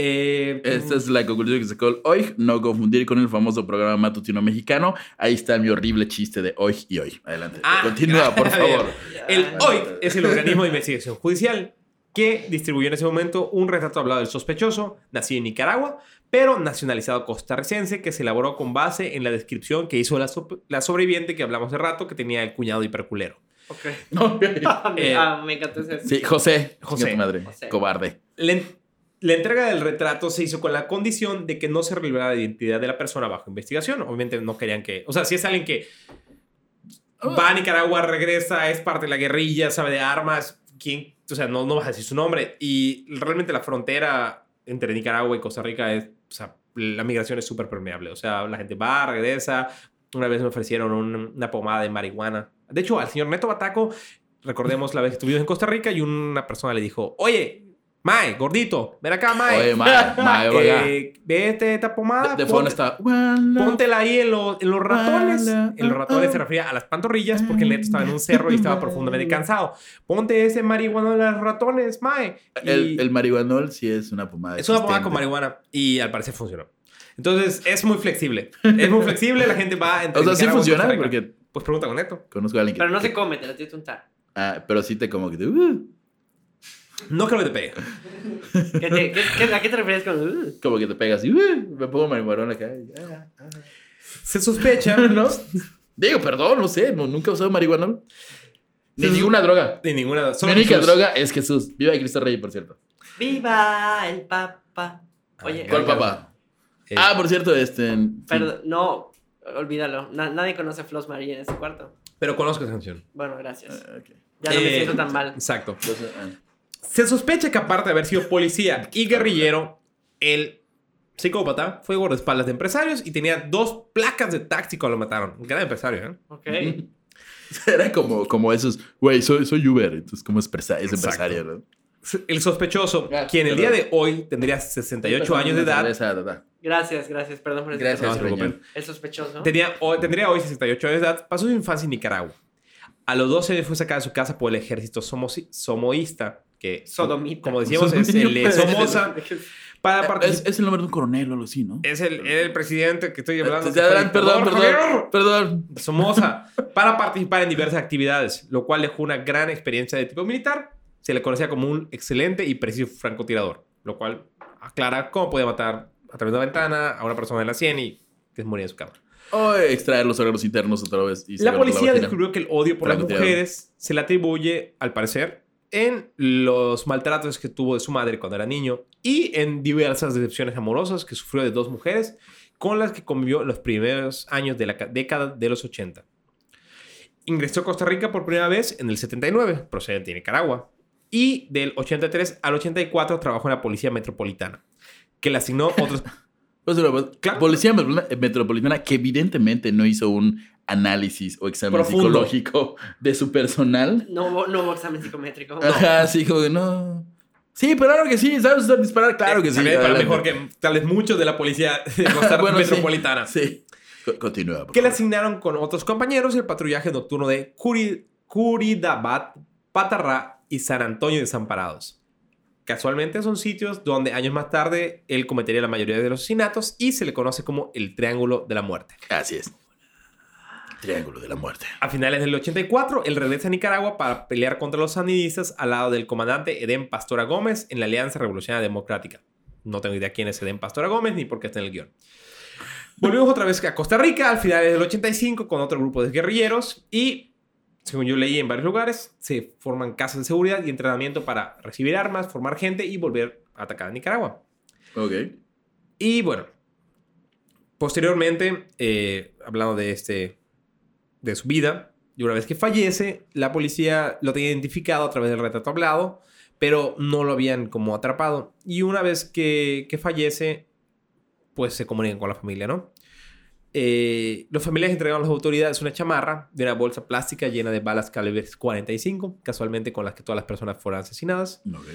Eh,
Esta es la conclusión que sacó hoy. No confundir con el famoso programa matutino mexicano. Ahí está mi horrible chiste de hoy y hoy. Adelante.
Ah,
Continúa, por
a
favor.
ver. El
Ay,
hoy.
OIT es el organismo de investigación judicial que distribuyó en ese momento un retrato hablado del sospechoso, nacido en Nicaragua, pero nacionalizado costarricense, que se elaboró con base en la descripción que hizo la, sop- la sobreviviente que hablamos hace rato, que tenía el cuñado hiperculero.
ok.
No,
Ah, me-
Eh,
ah, me encantó ese.
Sí, José.
José.
Chinga tu madre.
José.
Cobarde.
La, en- la entrega del retrato se hizo con la condición de que no se revelara la identidad de la persona bajo investigación. Obviamente no querían que... O sea, si es alguien que va a Nicaragua, regresa, es parte de la guerrilla, sabe de armas, ¿quién? O sea, no, no vas a decir su nombre. Y realmente la frontera entre Nicaragua y Costa Rica es... O sea, la migración es súper permeable. O sea, la gente va, regresa. Una vez me ofrecieron un- una pomada de marihuana. De hecho, al señor Neto Bataco, recordemos la vez que estuvimos en Costa Rica y una persona le dijo, oye, Mae, gordito, ven acá, Mae.
Oye, mae, mae, vaya.
Eh, vete esta pomada.
De, de fondo
ponte-
está. One love.
Póntela ahí en, lo- en los ratones.
Ala,
En los ratones
ah,
se refería a las pantorrillas porque el neto estaba en un cerro y estaba profundamente cansado. Ponte ese marihuana en los ratones, mae. Y
El, el marihuanol sí es una pomada.
es una pomada con
existente.
marihuana y al parecer funcionó. Entonces es muy flexible. Es muy flexible, la gente va entre
O sea, sí
Nicaragua y Costa
funciona
Rica.
porque
Pues pregunta con neto.
conozco a alguien que.
Pero no se come, te la tienes que untar.
Ah, pero sí te como que. te- uh,
No creo que te pegue.
¿Qué te- qué- qué- ¿A qué te refieres con.? uh?
como que te pegas y. uh, me pongo marihuanol acá. y, ah, ah.
Se sospecha.
¿No? Digo, perdón, no sé. no- nunca he usado marihuanol. Ni ninguna droga.
De ninguna.
Mi
solo
única
Jesús.
droga es Jesús. Viva de Cristo Rey, por cierto.
¡Viva el Papa! Oye,
Ah, ¿Cuál
Venga.
papá?
Eh,
Ah, por cierto, este.
perdón, no, olvídalo. Na- nadie conoce a Flos Marie en ese cuarto.
pero conozco esa canción.
Bueno, gracias.
Ah, ok.
Ya no me
Eh,
siento tan mal.
Exacto.
Entonces, ah,
Se sospecha que aparte de haber sido policía y guerrillero, el psicópata fue guardaespaldas de empresarios y tenía dos placas de taxi cuando lo mataron. Un gran empresario, ¿eh?
Ok.
Era como, como esos, güey, soy, soy Uber, entonces como es, presa- es
Exacto.
empresario, ¿no?
El sospechoso,
Ya,
quien el día
perdón.
de hoy tendría 68 años de edad,
Esa edad.
Gracias, gracias. Perdón por el
Gracias,
No, no se
señor.
preocupen.
El sospechoso.
tenía hoy, tendría hoy 68 años de edad, pasó su infancia en Nicaragua. A los 12 años fue sacada de su casa por el ejército somoci- somoísta, que,
Sodomita.
como decíamos, es el eh, Somoza, para
Es,
participar. Eh,
es el nombre de un coronel o algo así, ¿no?
Es el, el presidente que estoy hablando.
Te- te
que fue
adelanto, perdón,
dictador,
perdón,
Javier.
perdón.
Somoza para participar en diversas actividades, lo cual dejó una gran experiencia de tipo militar. Se le conocía como un excelente y preciso francotirador, lo cual aclara cómo podía matar a través de una ventana a una persona en la sien y que moría en su cama.
O extraer los órganos internos otra vez. y
La
sacarlos de
policía
vagina.
descubrió que el odio por las
Francotirador.
mujeres se le atribuye, al parecer, en los maltratos que tuvo de su madre cuando era niño y en diversas decepciones amorosas que sufrió de dos mujeres con las que convivió los primeros años de la ca- década de los 80. Ingresó a Costa Rica por primera vez en el 79, procedente de Nicaragua, y del 83 al 84 trabajó en la Policía Metropolitana, que le asignó otros...
Pues, pero,
Claro.
Policía Metropolitana- Metropolitana que evidentemente no hizo un análisis o examen
Profundo.
psicológico de su personal.
No, hubo- no hubo examen psicométrico. no.
Ajá, sí, como que no. Sí, pero claro que sí, sabes usar disparar, claro que sí.
Tal vez para
adelante.
mejor que tal vez muchos de la Policía de Costa Rica
Bueno, sí.
Metropolitana.
Sí. Co- Continúa. por
que le
favor.
asignaron con otros compañeros el patrullaje nocturno de Curi- Curitabat, Patarra y San Antonio Desamparados. Casualmente son sitios donde años más tarde él cometería la mayoría de los asesinatos y se le conoce como el Triángulo de la Muerte.
Así es. Triángulo de la muerte.
A finales del 84, él regresa a Nicaragua para pelear contra los sandinistas al lado del comandante Edén Pastora Gómez en la Alianza Revolucionaria Democrática. No tengo idea quién es Edén Pastora Gómez ni por qué está en el guión. Volvimos otra vez a Costa Rica al finales del 85 con otro grupo de guerrilleros y, según yo leí en varios lugares, se forman casas de seguridad y entrenamiento para recibir armas, formar gente y volver a atacar a Nicaragua.
Ok.
Y bueno, posteriormente, eh, hablando de este, de su vida, y una vez que fallece, la policía lo tenía identificado a través del retrato hablado, pero no lo habían como atrapado. Y una vez que, que fallece, pues se comunican con la familia, ¿no? Eh, los familiares entregaron a las autoridades una chamarra de una bolsa plástica llena de balas calibre 45, casualmente con las que todas las personas fueron asesinadas.
Ok.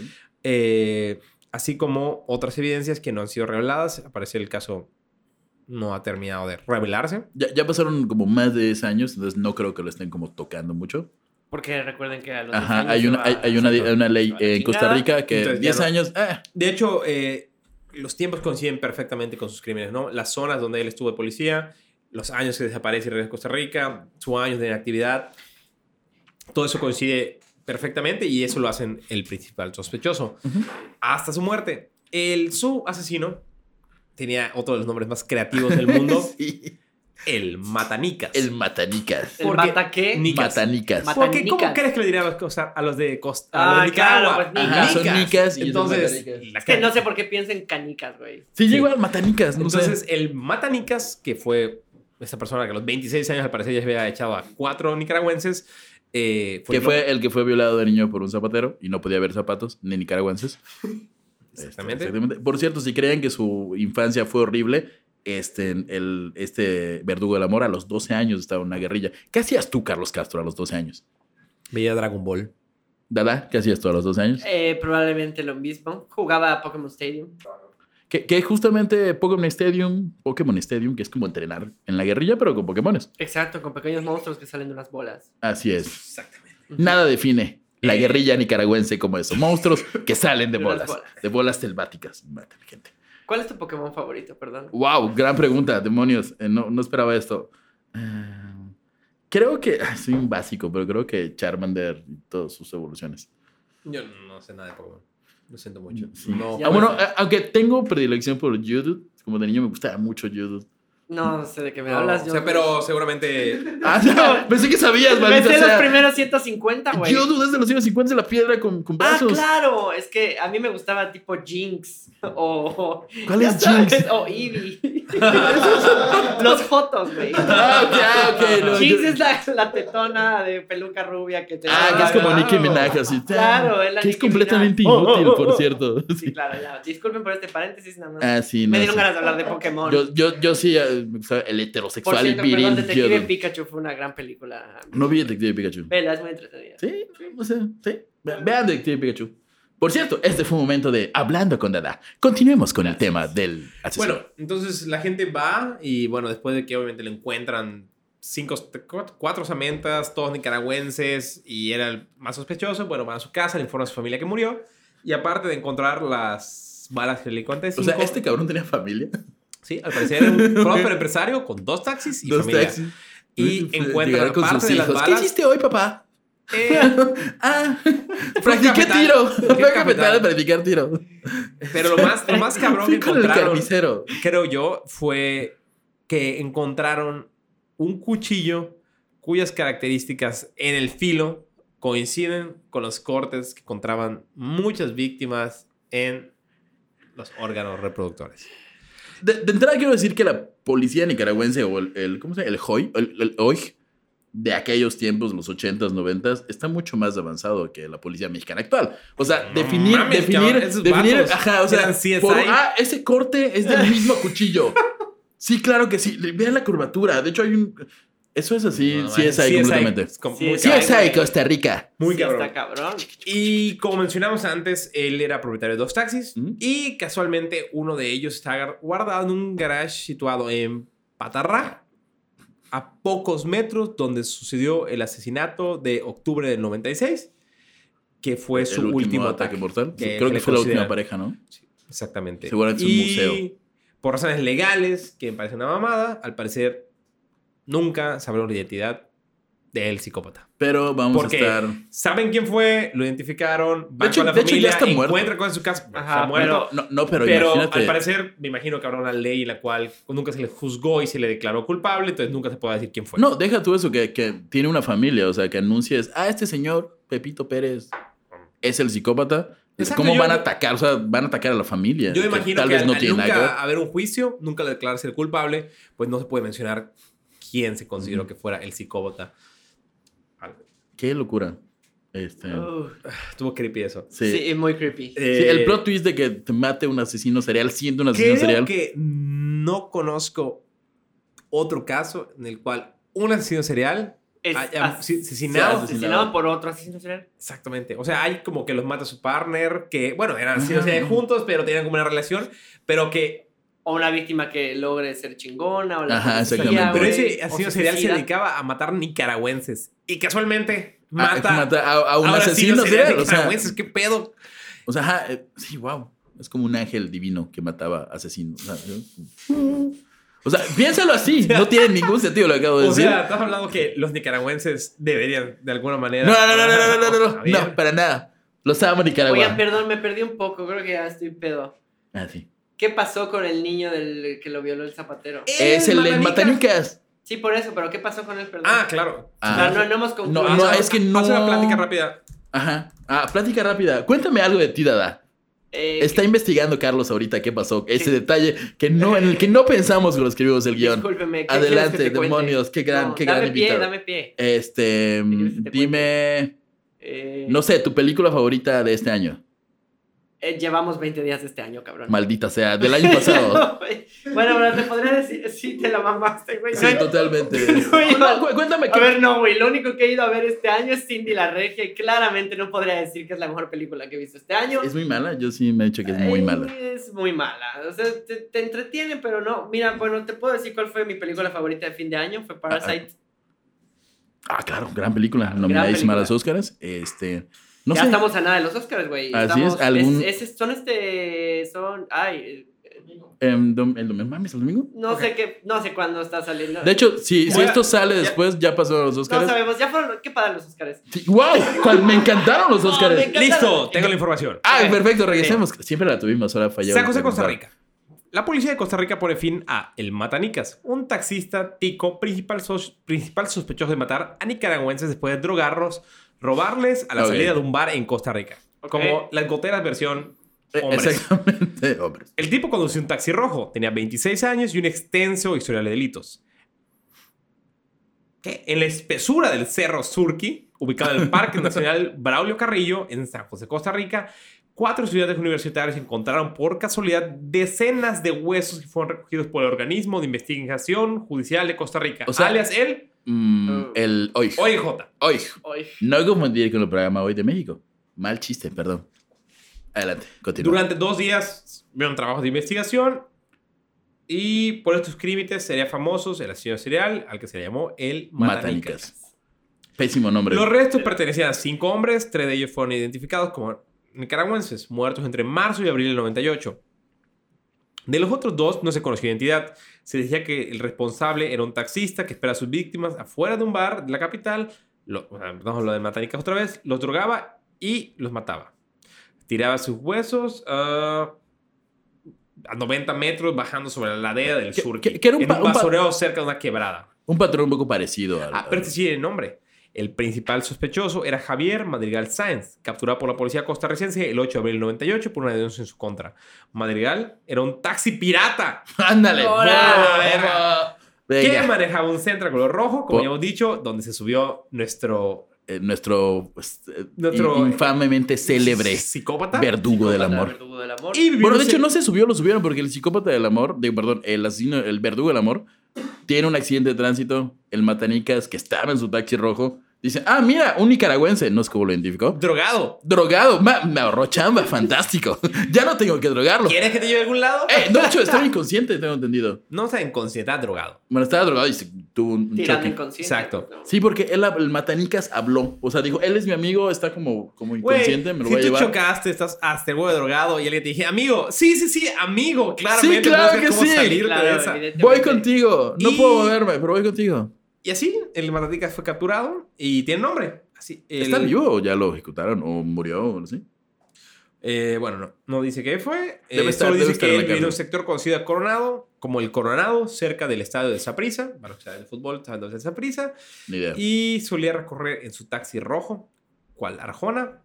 Eh, así como otras evidencias que no han sido reveladas. Aparece el caso no ha terminado de revelarse.
Ya, ya pasaron como más de 10 años, entonces no creo que lo estén como tocando mucho.
Porque recuerden que a los 10
Ajá,
años
hay
se
una,
va-
hay, hay una,
se
hay
va
una
la
ley en
chingada.
Costa Rica que
Entonces, ya
10
no.
años, ah,
De hecho, eh, los tiempos coinciden perfectamente con sus crímenes, ¿no? Las zonas donde él estuvo de policía, los años que desaparece y regresa a Costa Rica, sus años de inactividad. Todo eso coincide perfectamente y eso lo hacen el principal sospechoso.
Ujú.
Hasta su muerte. El, su asesino tenía otro de los nombres más creativos del mundo,
sí.
el Matanicas.
El matanicas.
¿El
porque-
mata qué?
Ni- Nicas.
Matanicas.
Mata-
Porque, ¿cómo
Nicas.
crees que le dirían a los, costa- a los de Costa a
Ah,
los de Nicaragua?
claro, pues,
Ajá, son nicas y yo soy
Entonces,
matanicas.
la
Es que
cara-
no sé por qué piensen canicas, güey.
Sí, llegó al matanicas, no
Entonces,
sé.
el Matanicas, que fue esta persona que a los 26 años al parecer ya se había echado a cuatro nicaragüenses, eh,
Que
el-
fue el que fue violado de niño por un zapatero y no podía ver zapatos ni nicaragüenses. Este,
Exactamente.
Por cierto, si creen que su infancia fue horrible, este, el, este verdugo del amor a los 12 años estaba en una guerrilla. ¿Qué hacías tú, Carlos Castro, a los 12 años?
Veía Dragon Ball.
Dada, ¿qué hacías tú a los 12 años?
Eh, probablemente lo mismo. Jugaba a Pokémon Stadium.
Que, que justamente Pokémon Stadium, Pokémon Stadium, que es como entrenar en la guerrilla, pero con Pokémones.
Exacto, con pequeños monstruos que salen de unas bolas.
Así es.
Exactamente.
Nada define la
Eh.
guerrilla nicaragüense como eso. Monstruos que salen de
De las
bolas.
bolas.
De bolas selváticas. Matan gente.
¿Cuál es tu Pokémon favorito, perdón?
Wow, gran pregunta, demonios. Eh, no, no esperaba esto. Eh, creo que. ah, Soy un básico, pero creo que Charmander y todas sus evoluciones.
Yo no sé nada de Pokémon. Lo siento mucho.
Sí.
Mm, No,
Ah, bueno, eh, aunque tengo predilección por Judith. Como de niño me gustaba mucho Judith.
No sé de qué me
no,
hablas.
pues, o sea, pero seguramente...
Ah, no, pensé que sabías,
Me
maldita
sé los
sea.
primeros 150, güey.
Judith es de los años 50 de la piedra con, con
Ah,
brazos.
claro. Es que a mí me gustaba tipo Jinx o, o-
¿Cuál
ya
es
sabes,
Jinx?
o Eevee. los Jotos, güey.
Ah, ok, ah, ok. no,
Jinx
yo-
es la, la tetona de peluca rubia que te
Ah, que es como Nicki Minaj, así.
Claro, es la
Que es
Nicki
completamente
Minaj. Oh,
inútil,
oh, oh,
por
oh.
cierto.
Sí, claro, ya. Disculpen por este paréntesis, nada más.
Ah, sí, no.
me dieron
sí.
ganas de hablar de Pokémon.
Yo, yo, yo sí, eh, el
por
heterosexual
cierto,
y viril.
perdón, Detective
Judith.
Pikachu fue una gran película.
No vi Detective Pikachu.
Vela, es muy entretenida.
Sí, sí, no sé, sí. Ve- Vean Detective Pikachu. Por cierto, este fue un momento de Hablando con Dada. Continuemos con el tema del asesino.
Bueno, entonces la gente va y bueno, después de que obviamente le encuentran cinco, cuatro- cuatro osamentas, todos nicaragüenses y era el más sospechoso, bueno, van a su casa, le informan a su familia que murió y aparte de encontrar las balas que le encontré,
o sea, este cabrón tenía familia.
Sí, al parecer era un próspero empresario con dos taxis y
Dos
familia.
taxis.
Y
Fue-
encuentran
llegar
parte de las
¿Qué
balas.
hiciste hoy, papá?
Eh,
Ah, practiqué
capital.
tiro.
Fue
Fue
capital.
capital de practicar tiro.
pero lo más, lo más cabrón que
Fui con el
encontraron,
carnicero.
creo yo, fue que encontraron un cuchillo cuyas características en el filo coinciden con los cortes que encontraban muchas víctimas en los órganos reproductores.
de, de entrada quiero decir que la policía nicaragüense o el, el- ¿cómo se llama? El HOI, el, el OIG de aquellos tiempos, los 80s, 90s, está mucho más avanzado que la policía mexicana actual. O sea, definir,
mames,
definir,
cabrón, esos
definir,
vatos
ajá, o sea,
eran CSI.
por- ah, ese corte es del mismo cuchillo. Sí, claro que sí. Vean la curvatura. De hecho, hay un... Eso es así,
No,
sí es ahí
CSI,
completamente.
es como
Sí,
muy
es-
Sí
cabrón.
es ahí, Costa Rica.
Muy
Sí,
cabrón.
Está cabrón.
Y como mencionamos antes, él era propietario de dos taxis
Ujú.
y casualmente uno de ellos está gar- guardado en un garage situado en Patarra, a pocos metros donde sucedió el asesinato de octubre del 96, que fue su
El
último, ataque.
mortal.
que
Creo
se
que
le
fue la última
considera.
pareja, ¿no?
Exactamente.
Seguramente es un museo.
Por razones legales, que me parece una mamada, al parecer nunca sabremos la identidad del psicópata.
Pero vamos
Porque
a estar.
Saben quién fue, lo identificaron, van
hecho-
con la
de hecho,
familia,
ya está muerto.
encuentran cosas en su casa,
Ajá,
está muerto.
Bueno, no, no, pero,
Pero
imagínate.
al parecer, me imagino que habrá una ley en la cual nunca se le juzgó y se le declaró culpable, entonces nunca se podrá decir quién fue.
No, deja tú eso, que, que tiene una familia, o sea, que anuncies, ah, este señor, Pepito Pérez, es el psicópata. Es
Exacto,
¿Cómo
yo-
van a atacar? O sea, van a atacar a la familia.
Yo
que
imagino
Tal
que
vez
al-
no
al
tiene
nunca
nada que ver.
haber un juicio, nunca declararse el culpable, pues no se puede mencionar quién se consideró que fuera el psicópata. Ah,
Qué locura. Este.
Uh,
Estuvo creepy eso.
sí.
sí. es muy creepy.
Sí, el plot twist de que te mate un asesino serial siendo un asesino
Eh, Creo
serial. ah,
que no conozco otro caso en el cual un asesino serial
Es
Ah,
haya
as-
asesinado
asesinado.
asesinado por otro asesino serial.
Exactamente. O sea, hay como que los mata su partner, que, bueno, eran así, o sea, juntos, pero tenían como una relación, pero que...
O una víctima que logre ser chingona. O la
Ajá,
policía,
exactamente.
Pero
güey,
ese
o
asesino
se
serial se
suicida.
dedicaba a matar nicaragüenses. Y casualmente
Ah,
mata,
mata a, a un
ahora sí,
asesino
los
serial. O sea,
nicaragüenses. ¿Qué pedo?
o sea, ajá, eh, sí, wow. Es como un ángel divino que mataba asesinos. O sea, yo- o sea, piénsalo así. No tiene ningún sentido lo que acabo de
Mm. O
decir.
sea, estás hablando que los nicaragüenses deberían, de alguna manera... Ah,
No, no, no, no, no, no, no, no,
A
no,
ver.
no, para nada. Los amo
Oigan,
Nicaragua.
perdón, me perdí un poco. Creo que ya estoy pedo.
Ah, sí.
¿Qué pasó con el niño del que lo violó el zapatero?
Eh.
Es el del
Matanicas.
Matanicas.
Sí, por eso, pero ¿qué pasó con él? Perdón.
Ah, claro.
Ah.
no, no, no hemos concluido.
No, es que no-
Hace una plática rápida.
Ajá. Ah, plática rápida. Cuéntame algo de ti, Dada.
Eh,
Está investigando Carlos ahorita qué pasó. Ese detalle que no, en el que no pensamos cuando escribimos el guión.
Discúlpeme. ¿qué
Adelante,
quieres que te cuente?
demonios, qué gran- qué
dame
gran
pie,
invitado.
Dame pie,
Este,
quieres que te
dime,
Eh,
no sé, tu película favorita de este año.
eh, llevamos 20 días de este año, cabrón.
Maldita sea, del año pasado.
No, güey. bueno, bueno, te podría decir, sí, te la mamaste, güey.
Sí,
No hay-
totalmente.
Oye,
No, cu- cuéntame
a
qué.
ver, no, güey. Lo único que he ido a ver este año es Cindy la Regia y claramente no podría decir que es la mejor película que he visto este año.
Es muy mala. Yo sí me he dicho que es muy
Ay,
mala.
Es muy mala. O sea, te, te entretiene, pero no. Mira, bueno, te puedo decir cuál fue mi película favorita de fin de año. Fue Parasite.
Ah, claro, gran película. Nominadísima a los Oscars. Este, no
ya
sé.
estamos a nada de los Oscars, güey.
Así
Estamos-
es, algún-
es- es- son este. Son. Ay. eh,
Em, dom- el domingo, mames, el domingo.
No sé qué. No sé cuándo está saliendo.
De hecho, si, si
Bueno,
esto sale
ya-
después, ya pasaron los
no
Oscars.
sabemos. Ya fueron. los- ¿Qué padre los Oscars?
¡Wow! me encantaron los
No,
Oscars.
me encanta-
Listo, tengo la información.
Ah,
Ok.
perfecto, regresemos. Siempre la tuvimos, ahora falló.
Sacos de Costa Rica. La policía de Costa Rica pone fin a El Matanicas, un taxista tico principal, sos- principal sospechoso de matar a nicaragüenses después de drogarlos, robarles a la
Ok.
salida de un bar en Costa Rica.
Ok.
Como las goteras versión
Eh,
hombres.
Exactamente, hombres.
El tipo conducía un taxi rojo, tenía 26 años y un extenso historial de delitos. ¿Qué? En la espesura del Cerro Surqui, ubicado en el Parque Nacional Braulio Carrillo, en San José, Costa Rica, cuatro estudiantes universitarios encontraron por casualidad decenas de huesos que fueron recogidos por el organismo de investigación judicial de Costa Rica,
O sea-
alias el Oh.
Mm, el hoy.
OIJ.
Hoy.
Ay,
No confundir con el programa Hoy de México. Mal chiste, perdón. Adelante, continúa.
Durante dos días vieron trabajos de investigación y por estos crímenes sería famosos el asesino serial al que se le llamó el Matanicas.
Matanicas. Pésimo nombre.
Los restos pertenecían a cinco hombres, tres de ellos fueron identificados como nicaragüenses, muertos entre marzo y abril del 98. De los otros dos no se conoció identidad. Se decía que el responsable era un taxista que esperaba a sus víctimas afuera de un bar de la capital, lo, o sea, vamos a hablar de Matanicas otra vez, los drogaba y los mataba. Tiraba sus huesos ah, a 90 metros bajando sobre la ladera del
Que-
sur.
que- que era un
en
pa- un
un
pa-
basurero cerca de una quebrada.
Un patrón un poco parecido al.
Ah, pero Ah, este sí tiene nombre. El principal sospechoso era Javier Madrigal Sáenz, capturado por la policía costarricense el 8 de abril del 98 por una denuncia en su contra. Madrigal era un taxi pirata
Ándale.
Hola,
Buah,
verga.
buah. Venga.
que manejaba un centro color rojo,
Po-
como ya hemos dicho, donde se subió nuestro
Eh, nuestro, pues, eh,
Nuestro- eh,
in- infamemente célebre
psicópata.
verdugo del
Psicópata,
amor.
verdugo del amor.
Y vivió
Bueno, de
en-
hecho no se subió, lo subieron porque el psicópata del amor, digo, perdón, el asesino, el verdugo del amor, tiene un accidente de tránsito, el matanicas que estaba en su taxi rojo, dice, ah, mira, un nicaragüense, no es como lo identificó.
drogado.
Drogado, ma- me ahorró chamba, fantástico. ya no tengo que drogarlo.
¿Quieres que te lleve a algún lado?
Eh, no, de hecho, estaba inconsciente, tengo entendido.
No está inconsciente, está drogado.
Bueno, estaba drogado y se tuvo un un
Tirando
choque.
inconsciente.
Exacto.
No.
Sí, porque él, el matanicas habló. O sea, dijo, él es mi amigo, está como, como
Güey,
inconsciente, me lo voy
si
a
tú
llevar.
chocaste, estás hasta el huevo de drogado y alguien te dije, amigo, sí, sí, sí, amigo, claramente.
claro
busca
que
cómo
sí.
salirte
Claro,
de esa.
evidentemente.
Voy contigo. No
Y-
puedo moverme, pero voy contigo.
Y así, el Mataticas fue capturado y tiene nombre. Así, el-
¿Está vivo o ya lo ejecutaron o murió o no sé?
Eh, bueno, no, no dice qué fue. Eh,
Debe estar-
solo
debe
dice
estar
que
en la
él vivió en
cárcel.
un sector conocido a Coronado, como el Coronado, cerca del estadio de Saprissa. Para los que saben de fútbol, saben dónde es Saprissa.
Ni idea.
Y solía recorrer en su taxi rojo, cual Arjona,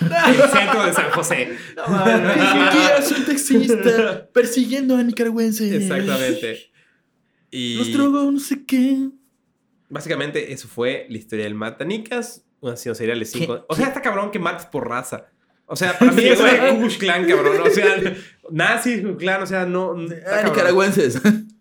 el centro de San José.
No, mames.
Aquí soy taxista persiguiendo a nicaragüenses.
Exactamente. Y
Los drogo, no sé qué.
básicamente eso fue la historia del Matanicas, un asesino serial de
¿Qué?
cinco. O sea, está cabrón que mates por raza. O sea, para mí eso
Sí,
es
güey.
Ku Klux Klan, cabrón. O sea, nazis, Ku Klux Klan, o sea, no. está
Ah,
cabrón.
nicaragüenses.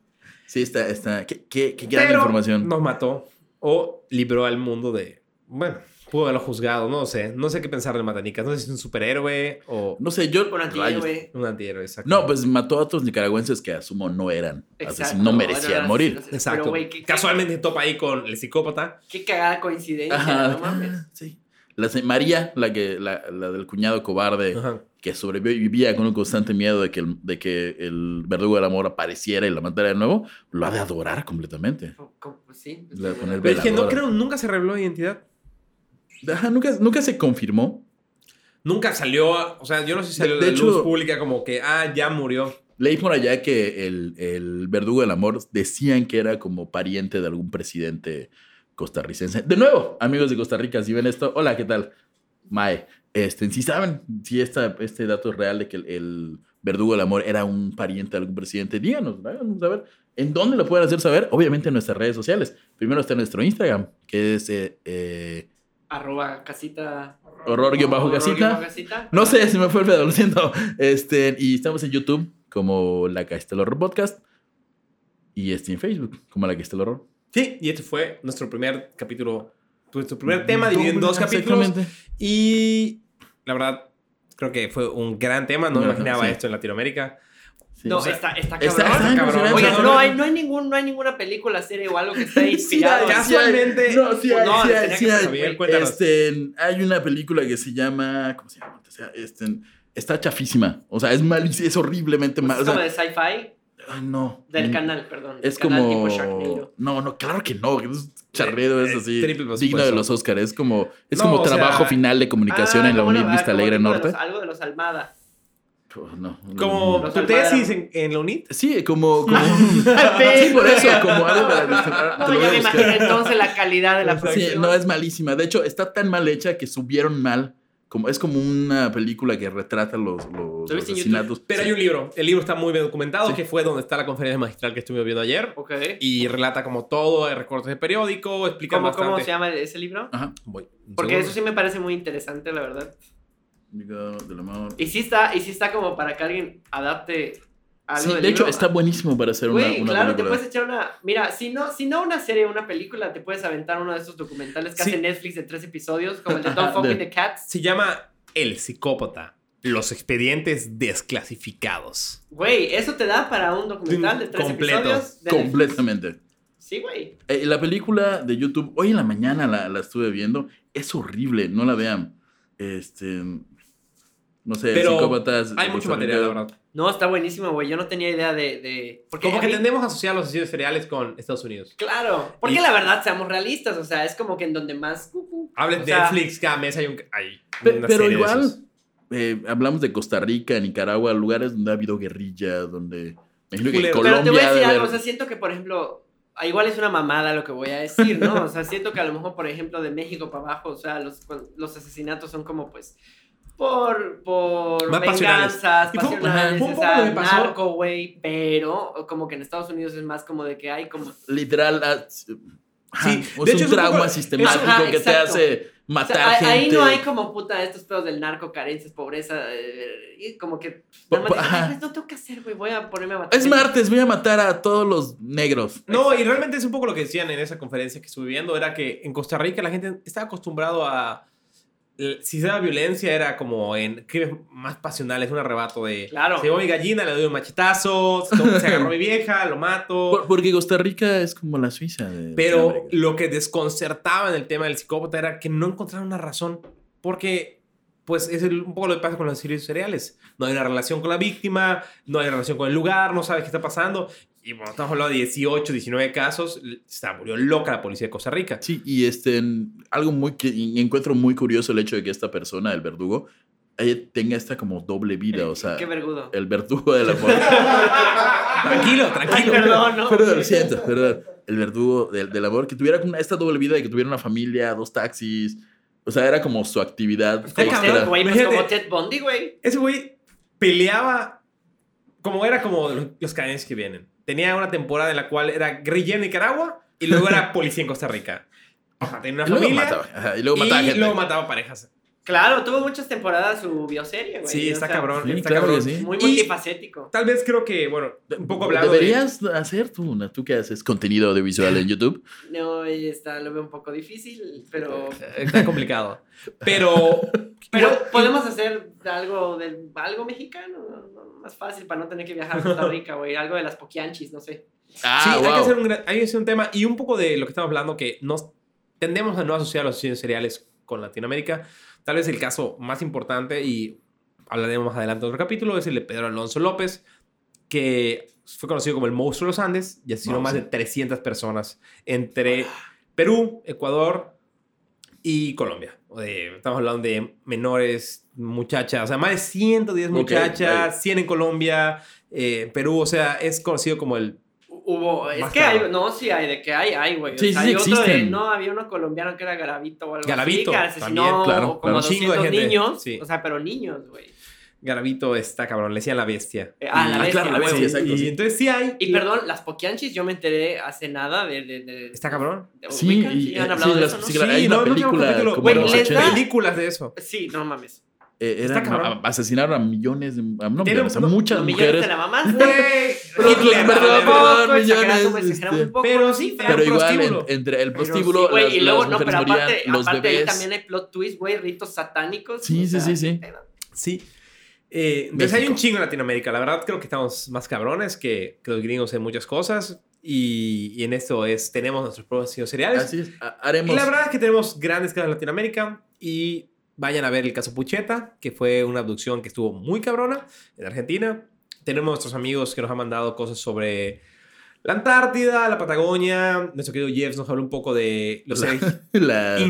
Sí, está, está. Qué, qué, qué gran
Pero
información.
Nos mató o libró al mundo de. Bueno, pudo haberlo juzgado, no sé. No sé qué pensar de Matanicas. No sé si es un superhéroe o
No sé, yo.
Un
Rayos.
antihéroe.
un antihéroe. exacto.
No, pues mató a otros nicaragüenses que asumo no eran.
Exacto.
asesinos, no merecían
no,
morir.
no sé,
Exacto.
Pero, güey, qué,
Casualmente topa ahí con el psicópata.
qué cagada coincidencia,
Ajá.
no mames.
Sí. La se- María, la que la, la del cuñado cobarde
Ajá.
que sobrevivía con un constante miedo de que el, de que el verdugo del amor apareciera y la matara de nuevo, lo ha de adorar completamente.
Co- co- pues Sí,
Le voy a poner
Pero es que no
Veladora.
creo, nunca se reveló la identidad.
Ajá, nunca, nunca se confirmó.
Nunca salió, a- o sea, yo no sé si salió
De- de
la luz
hecho-
pública como que, ah, ya murió.
Leí por allá que el, el verdugo del amor decían que era como pariente de algún presidente costarricense. De nuevo, amigos de Costa Rica, si ven esto, hola, ¿qué tal? Mae, este, si saben si esta, este dato es real de que el, el verdugo del amor era un pariente de algún presidente, díganos, háganos saber. ¿En dónde lo pueden hacer saber? Obviamente en nuestras redes sociales. Primero está nuestro Instagram, que es eh, eh,
Arroba casita.
horror-casita. No sé, se me fue el pedo, lo siento. Este, y estamos en YouTube como La Cajita del Horror Podcast. Y este, en Facebook como La Cajita del Horror.
Sí, y este fue nuestro primer capítulo, pues, nuestro primer tema dividido en dos capítulos.
Mm, Exactamente.
Y la verdad, creo que fue un gran tema. No me
Ajá,
imaginaba
sí.
esto en Latinoamérica.
Sí.
No,
O sea,
eh,
está, está
está-
cabrón.
está
cabrón.
impresionante.
Oigan,
Oiga,
no,
no
no.
hay, no hay ningún, no hay ninguna película, serie o algo que esté
Sí,
inspirado.
hay, sí hay.
Casualmente-
No, sí hay,
No,
sí hay,
tenía
sí
que-
hay.
Javier, cuéntanos.
Este, hay una película que se llama. ¿Cómo se llama? O sea, este, está chafísima. O sea, es mal, es horriblemente
Pues
mal.
es
O sea,
como de sci-fi
ay, no.
del
Mm,
canal, perdón.
Es
canal
como.
tipo Sharknado.
no, no, claro que no. Es charredo, es
Eh,
así.
triple
digno de
presupuesto.
los Oscars. Es como, es
No,
como
o sea,
trabajo final de comunicación
Ah,
en la
como una-
Unid Vista
como
Alegre
tipo de
Norte.
los- algo de los Almada.
Pues, no, no,
Como
no.
Los
tu
Alvarado.
tesis en, en la UNIT.
Sí, como. como sí, por eso, como algo para disfrutar. Te
No,
lo voy
ya me
a buscar.
imagino entonces la calidad de la
Sí,
producción.
no, es malísima. De hecho, está tan mal hecha que subieron mal. Como, es como una película que retrata los, los,
¿Lo
los
viste en
asesinatos.
Pero
Sí.
hay un libro. El libro está muy bien documentado,
Sí.
que fue donde está la conferencia magistral que estuve viendo ayer.
Ok.
Y relata como todo, hay recortes de periódico, explica
¿Cómo,
bastante.
¿Cómo se llama ese libro?
Ajá.
Voy, un
Porque
segundo.
eso sí me parece muy interesante, la verdad.
Digo, del amor.
Y sí está, y sí está como para que alguien adapte algo
Sí,
ah, del
de hecho,
libro.
está buenísimo para hacer una,
Güey,
una
claro, te
película.
puedes echar una. Mira, si no, si no una serie o una película, te puedes aventar uno de esos documentales que
Sí.
hace Netflix de tres episodios, como el de Don't
Ajá,
Fuck
de-
with the Cats.
Se llama El psicópata. Los expedientes desclasificados.
Güey, eso te da para un documental de tres
Completo,
episodios. de Netflix.
Completamente.
Sí, güey.
Eh, la película de YouTube, hoy en la mañana la, la estuve viendo. Es horrible, no la vean. Este. No sé,
Pero
psicópatas.
Hay
de
mucho
Costa
material, la
Rica.
verdad. Eh,
No, está buenísimo, güey. Yo no tenía idea de. de... Porque
Como
a
que
mí-
tendemos a asociar los asesinos cereales con Estados Unidos.
Claro, porque
Y-
la verdad, seamos realistas, o sea, es como que en donde más.
Hables
O
de
sea-
Netflix, cada mes hay un. Hay
Pe-
una
pero
serie de esos.
igual, eh, hablamos de Costa Rica, Nicaragua, lugares donde ha habido guerrilla, donde. me Imagino que
Culero.
Colombia.
Pero te voy
ha
a
de
decir algo,
haber-
o sea, siento que, por ejemplo, ah, igual es una mamada lo que voy a decir, ¿no? O sea, siento que a lo mejor, por ejemplo, de México para abajo, o sea, los, cuan- los asesinatos son como, pues, por, por
Más pasionales.
venganzas,
Y fue- ajá,
pasionales,
fue un
o
poco lo que
sea,
pasó.
narco, güey, pero como que en Estados Unidos es más como de que hay como...
Literal, ah, sí, ajá,
de
es
hecho, es
un
un
trauma
poco-
sistemático
Ajá,
que te
exacto.
hace
o
matar
sea, ahí-
gente.
ahí no hay como puta estos pedos del narco, carencias, pobreza, eh, y como que...
Po-
nada más
po-
dices,
ajá.
"Ay, pues, no tengo que hacer, güey, voy a ponerme a matar.
Es
gente".
martes, voy a matar a todos los negros.
No, y realmente es un poco lo que decían en esa conferencia que estuve viendo, era que en Costa Rica la gente está acostumbrado a... l- Si se da violencia era como en crímenes más pasionales, un arrebato de...
Claro.
Se llevó mi gallina, le doy un machetazo, se to- se agarró mi vieja, lo mato.
Por- porque Costa Rica es como la Suiza. de
Pero
Latinoamérica.
lo que desconcertaba en el tema del psicópata era que no encontraron una razón. Porque, pues, es el- un poco lo que pasa con los asesinos cereales. No hay una relación con la víctima, no hay relación con el lugar, no sabes qué está pasando. Y bueno, estamos hablando de 18, 19 casos. Se murió loca la policía de Costa Rica.
Sí, y este, en- algo muy que y encuentro muy curioso el hecho de que esta persona, el verdugo, ella tenga esta como doble vida, o sea,
Eh, Qué vergudo.
el verdugo de la muerte.
Tranquilo,
Ay,
tranquilo.
perdón, no.
perdón, lo siento, perdón. El verdugo del, del amor, que tuviera como una- esta doble vida de que tuviera una familia, dos taxis. O sea, era como su actividad.
Está
Ay,
extra.
cabrón, güey, pues
Imagínate.
como Ted Bundy, güey.
Ese güey peleaba como era como los, los canadienses que vienen. Tenía una temporada en la cual era guerrilla en Nicaragua y luego era policía en Costa Rica. Ajá, tenía
Y
una
luego
familia.
mataba, ajá, y luego mataba
y
gente.
luego mataba parejas.
Claro, tuvo muchas temporadas su bioserie, güey.
Sí,
o
está
sea,
cabrón.
Sí,
está
claro
cabrón.
que sí.
Muy
Y-
multifacético.
Tal vez creo que, bueno, un poco hablando de-
Deberías hacer tú, ¿no? tú que haces contenido audiovisual en YouTube.
No, y está, lo veo un poco difícil, pero.
Eh, Está complicado. Pero...
Pero
igual-
podemos hacer algo del algo mexicano, no- no, más fácil para no tener que viajar a Costa Rica, güey. Algo de las poquianchis, no sé.
Ah,
sí, hay,
wow.
que hacer un, gran- hay que hacer un tema y un poco de lo que estamos hablando que nos tendemos a no asociar los asesinos cereales con Latinoamérica. Tal vez el caso más importante y hablaremos más adelante en otro capítulo es el de Pedro Alonso López, que fue conocido como el monstruo de los Andes y asesinó
Vamos.
más de 300 personas entre Perú, Ecuador y Colombia. Eh, estamos hablando de menores, muchachas, o sea, más de 110
Ok,
muchachas,
vaya.
100 en Colombia, eh, en Perú, o sea, es conocido como el
Hubo, es
Más
que
claro.
hay, no, sí hay, de que hay, hay, güey. O
Sí,
sea,
sí,
hay otro de,
existen.
no, había uno colombiano que era Garavito o algo
Garavito,
así, que asesinó
también,
claro,
como
claro.
Un chingo de
200
gente,
niños,
sí.
o sea, pero niños, güey.
Garavito está cabrón, le decían la bestia.
Eh, ah, la
Ah,
bestia,
claro, la
güey.
bestia, exacto,
y
sí.
entonces sí hay.
Y perdón, las poquianchis yo me enteré hace nada de... de, de-
Está cabrón.
de-
Sí,
ubican,
y,
han
eh,
hablado
sí,
de
las-
eso, ¿no?
sí, claro, hay una
no, no, no,
película
capítulo.
como
Güey,
de los
les da-
80.
Películas de eso.
Sí, no mames.
Eh, era-
Está cabrón.
no, a- asesinaron a millones de a- no,
Tiene
millones, a
un-
muchas
Los millones
mujeres.
te la mamaste.
Pero-
Hitler,
Hitler,
a
perdón,
la
perdón.
verga.
millones,
exagerando, güey, exagerando
este,
un poco,
pero sí,
pero-
Pero
Era un
igual,
prostíbulo.
en- entre el
pero sí,
prostíbulo,
güey,
las,
y luego,
las
no,
mujeres
pero aparte,
morían, los
aparte ahí
bebés.
también hay plot twist, güey, ritos satánicos.
Sí,
o
sí,
sea,
sí, sí.
pero-
Sí. Eh, entonces
México.
hay un chingo en Latinoamérica. La verdad creo que estamos más cabrones que, que los gringos en muchas cosas. Y, y en esto es, tenemos nuestros propios cereales.
Así es, ha-
Y
haremos.
la verdad es que tenemos grandes casos en Latinoamérica y vayan a ver el caso Pucheta, que fue una abducción que estuvo muy cabrona en Argentina. Tenemos nuestros amigos que nos han mandado cosas sobre la Antártida, la Patagonia. Nuestro querido Jeff nos habló un poco de los seres
la- así es,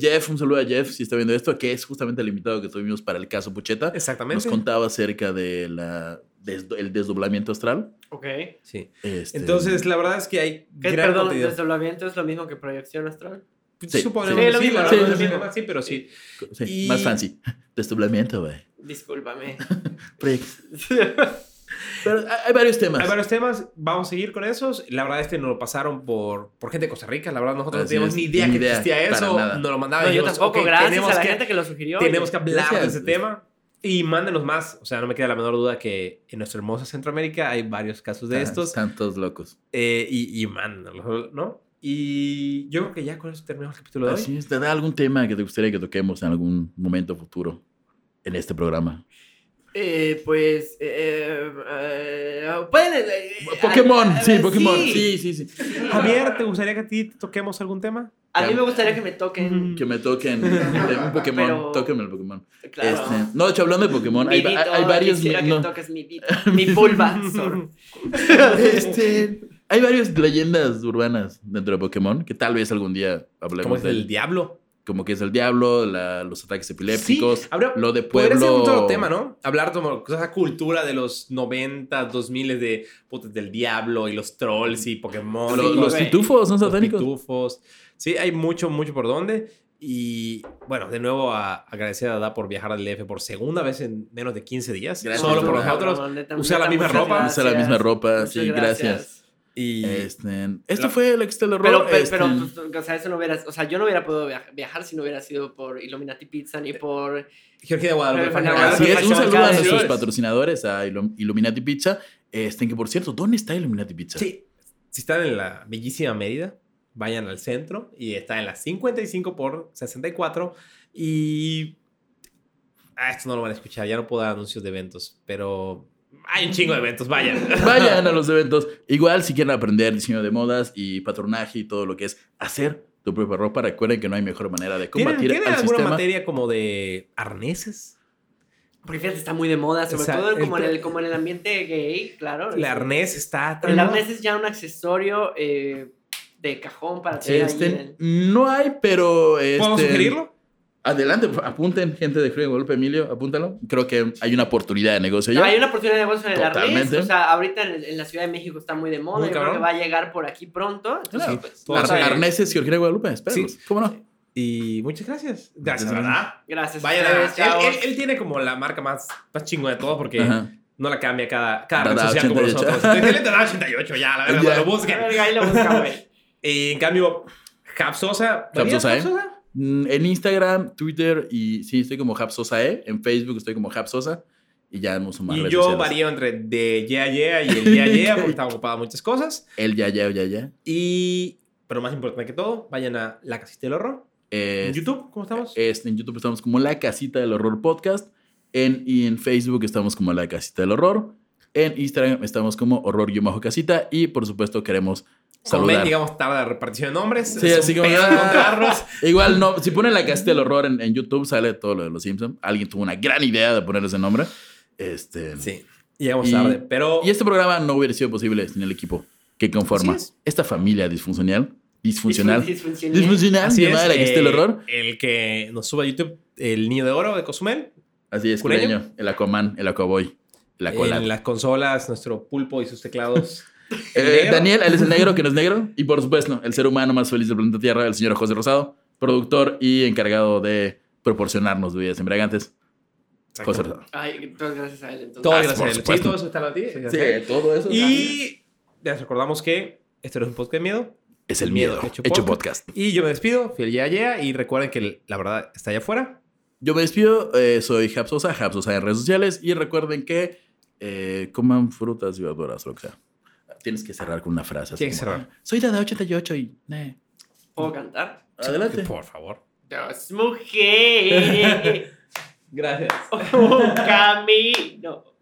Je- Jeff, un saludo a Jeff si está viendo esto, que es justamente el invitado que tuvimos para el caso Pucheta. Nos
Exactamente.
contaba acerca de la desdo- el desdoblamiento astral.
Ok.
Sí.
Este,
Entonces, la verdad es que hay gran
¿Qué, Eh, perdón,
contenido.
desdoblamiento es lo mismo que proyección astral.
Sí,
Suponemos
sí.
que
Sí, lo
sí,
mismo,
la
sí,
verdad,
sí,
sí,
sí.
sí, pero sí.
sí,
y-
más fancy. Desdoblamiento, güey.
Discúlpame.
Proyecto. Pero hay- hay varios temas.
Hay varios temas, vamos a seguir con esos. La verdad, este nos lo pasaron por, por gente de Costa Rica. La verdad, nosotros no
Así
teníamos
es,
ni idea
ni
que
idea,
existía
para
eso.
nada.
Nos lo mandaban
No,
y
yo
dijimos,
tampoco,
"Ok,
gracias
tenemos
a la
que,
gente que lo sugirió.
Tenemos que hablar de
Gracias.
ese tema. Y mándenos más. O sea, no me queda la menor duda que en nuestra hermosa Centroamérica hay varios casos de
Ah,
Tan-
estos.
Tantos locos.
Eh, y, y mándanos, ¿no? Y yo creo que ya con eso terminamos el capítulo de hoy.
Así es, ¿te da algún tema que te gustaría que toquemos en algún momento futuro en este programa?
Eh, pues. eh, eh, pueden. eh,
Pokémon,
eh,
sí,
eh,
Pokémon. Sí, sí, sí.
Javier, ¿te gustaría que a ti toquemos algún tema?
A mí me gustaría que me toquen.
Que me toquen de un Pokémon.
Pero-
Tóquenme el Pokémon.
Claro.
Este, no, de hecho, hablando de Pokémon, hay,
Mi
hay-
dito,
hay varios.
Quisiera
no,
que toques mi dito, mi vulva. Ah, sorry.
este, hay varias leyendas urbanas dentro de Pokémon que tal vez algún día
Como
hablemos
es
de
el
ellas.
diablo.
como que es el diablo, la- los ataques epilépticos,
Sí, habría-
lo de
Podría
pueblo.
ser un solo tema, ¿no? Hablar como cosa- esa cultura de los 90, 2000 de putas del diablo y los trolls y Pokémon.
Lo-
y
Los,
Sí,
cosas-
güey.
pitufos son
los
satánicos.
pitufos. Sí, hay mucho, mucho por dónde. Y bueno, de nuevo a, agradecer a Da por viajar al DF por segunda vez en menos de 15 días.
Gracias,
solo por
Da.
nosotros.
usa
usar la misma ropa,
usar la misma ropa, sí,
Y
Este, esto
La-
fue el Excel error.
Pero, pero,
este,
pero, pues, o sea, eso no hubiera, o sea, yo no hubiera podido viajar, viajar si no hubiera sido por Illuminati Pizza
Eh,
ni por...
Georgía de Guadalupe.
Pero-
fan de
pero-
Así
Guadalupe.
es, un saludo a
pues, Gracias.
nuestros patrocinadores, a Illu- Illuminati Pizza. Este, que por cierto, ¿dónde está Illuminati Pizza?
Sí, si están en la bellísima Mérida, vayan al centro y está en la 55 por 64 y... Ah, esto no lo van a escuchar, ya no puedo dar anuncios de eventos, pero hay un chingo de eventos, vayan.
Vayan a los eventos. Igual, si quieren aprender diseño de modas y patronaje y todo lo que es hacer tu propia ropa, recuerden que no hay mejor manera de
¿Tienen,
combatir
tienen
al
alguna
sistema.
materia como de arneses?
Porque fíjate, está muy de moda, sobre
O sea,
todo
el
como, en
tra-
el, como en el ambiente gay, claro. Este,
El arnés está...
El arnés es ya un accesorio eh, de cajón para tener ahí en
Este,
el-
no hay, pero. Este,
¿Podemos sugerirlo?
Adelante, apunten, gente de Frío Golpe Emilio, apúntalo. Creo que hay una oportunidad de negocio ya.
Hay una oportunidad de negocio en el arnés.
Totalmente.
O sea, ahorita en, en la Ciudad de México está muy de moda.
Muy
yo creo
cabrón.
que va a llegar por aquí pronto. Entonces,
Claro.
pues,
Todo
Ar-
vamos a ver.
Arneses y Orquídea Guadalupe, espérenlos.
Sí.
¿Cómo no?
Y muchas gracias. Gracias,
Muchas
¿verdad?
Gracias. a
Vayan
ustedes,
a...
chavos.
Él, él- él tiene como la marca más, más chingona de todo porque...
Ajá.
No la cambia cada, cada red
Dada
social como
88.
nosotros. Denle Dada 88, ya, la verdad,
Ya.
lo
A
busquen.
ver, ahí lo busca, güey.
Y en cambio, Hapsosa. ¿valías
Hapsosa, ¿eh?
Hapsosa?
Mm, En Instagram, Twitter y sí, estoy como Hapsosae. En Facebook estoy como Hapsosa. Y ya no uso más
Y
redes
yo
sociales.
varío entre de Yeah Yeah y el Yeah Yeah porque estaba ocupado de muchas cosas.
El ya, ya, ya, ya.
Y, pero más importante que todo, vayan a La Casita del Horror. En
Es-
YouTube, ¿cómo estamos?
este, en YouTube estamos como La Casita del Horror Podcast. En, y en Facebook estamos como La Casita del Horror. En Instagram estamos como Horror-Casita. Y por supuesto queremos
Con Ben
saludar.
llegamos tarde a la repartición de nombres.
Sí,
Es un
así como- ah,
pedo encontrarlos.
Igual no, si ponen La Casita del Horror en, en YouTube sale todo lo de los Simpsons. Alguien tuvo una gran idea de poner ese nombre. Este,
Sí, llegamos
Y-
tarde. Pero
Y este programa no hubiera sido posible sin el equipo que conforma
Así es.
esta familia disfuncional, disfuncional,
Disfuncional.
disfuncional llamada la que está el
eh,
horror.
el que nos suba a YouTube, El Niño de Oro de Cozumel.
Así es,
¿Cureño?
Cureño, el Aquaman, el Aquaboy, el Aqualad.
En las consolas, nuestro pulpo y sus teclados.
Eh,
negro.
Daniel, él es el negro que no es negro. Y por supuesto, el ser humano más feliz del planeta Tierra, el señor José Rosado, productor y encargado de proporcionarnos bebidas embriagantes. José Rosado.
Ay, todas gracias a él. Entonces.
Todo
Ah,
gracias
por
a él.
supuesto.
Sí, todo eso está en la tía.
Sí, todo eso.
Y les recordamos que este no es un podcast de miedo.
es el miedo, hecho, podcast.
Y yo me despido. Fiel ya llega. Y recuerden que la verdad está allá afuera.
Yo me despido, eh, soy Hapsosa, Hapsosa en redes sociales y recuerden que eh, coman frutas y verduras, lo que sea. Tienes que cerrar con una frase. así
Tiene que
como,
cerrar.
Soy Dada 88 y... eh,
¿Puedo cantar?
Adelante.
Por favor.
Dos mujeres.
Gracias.
Oh, un camino.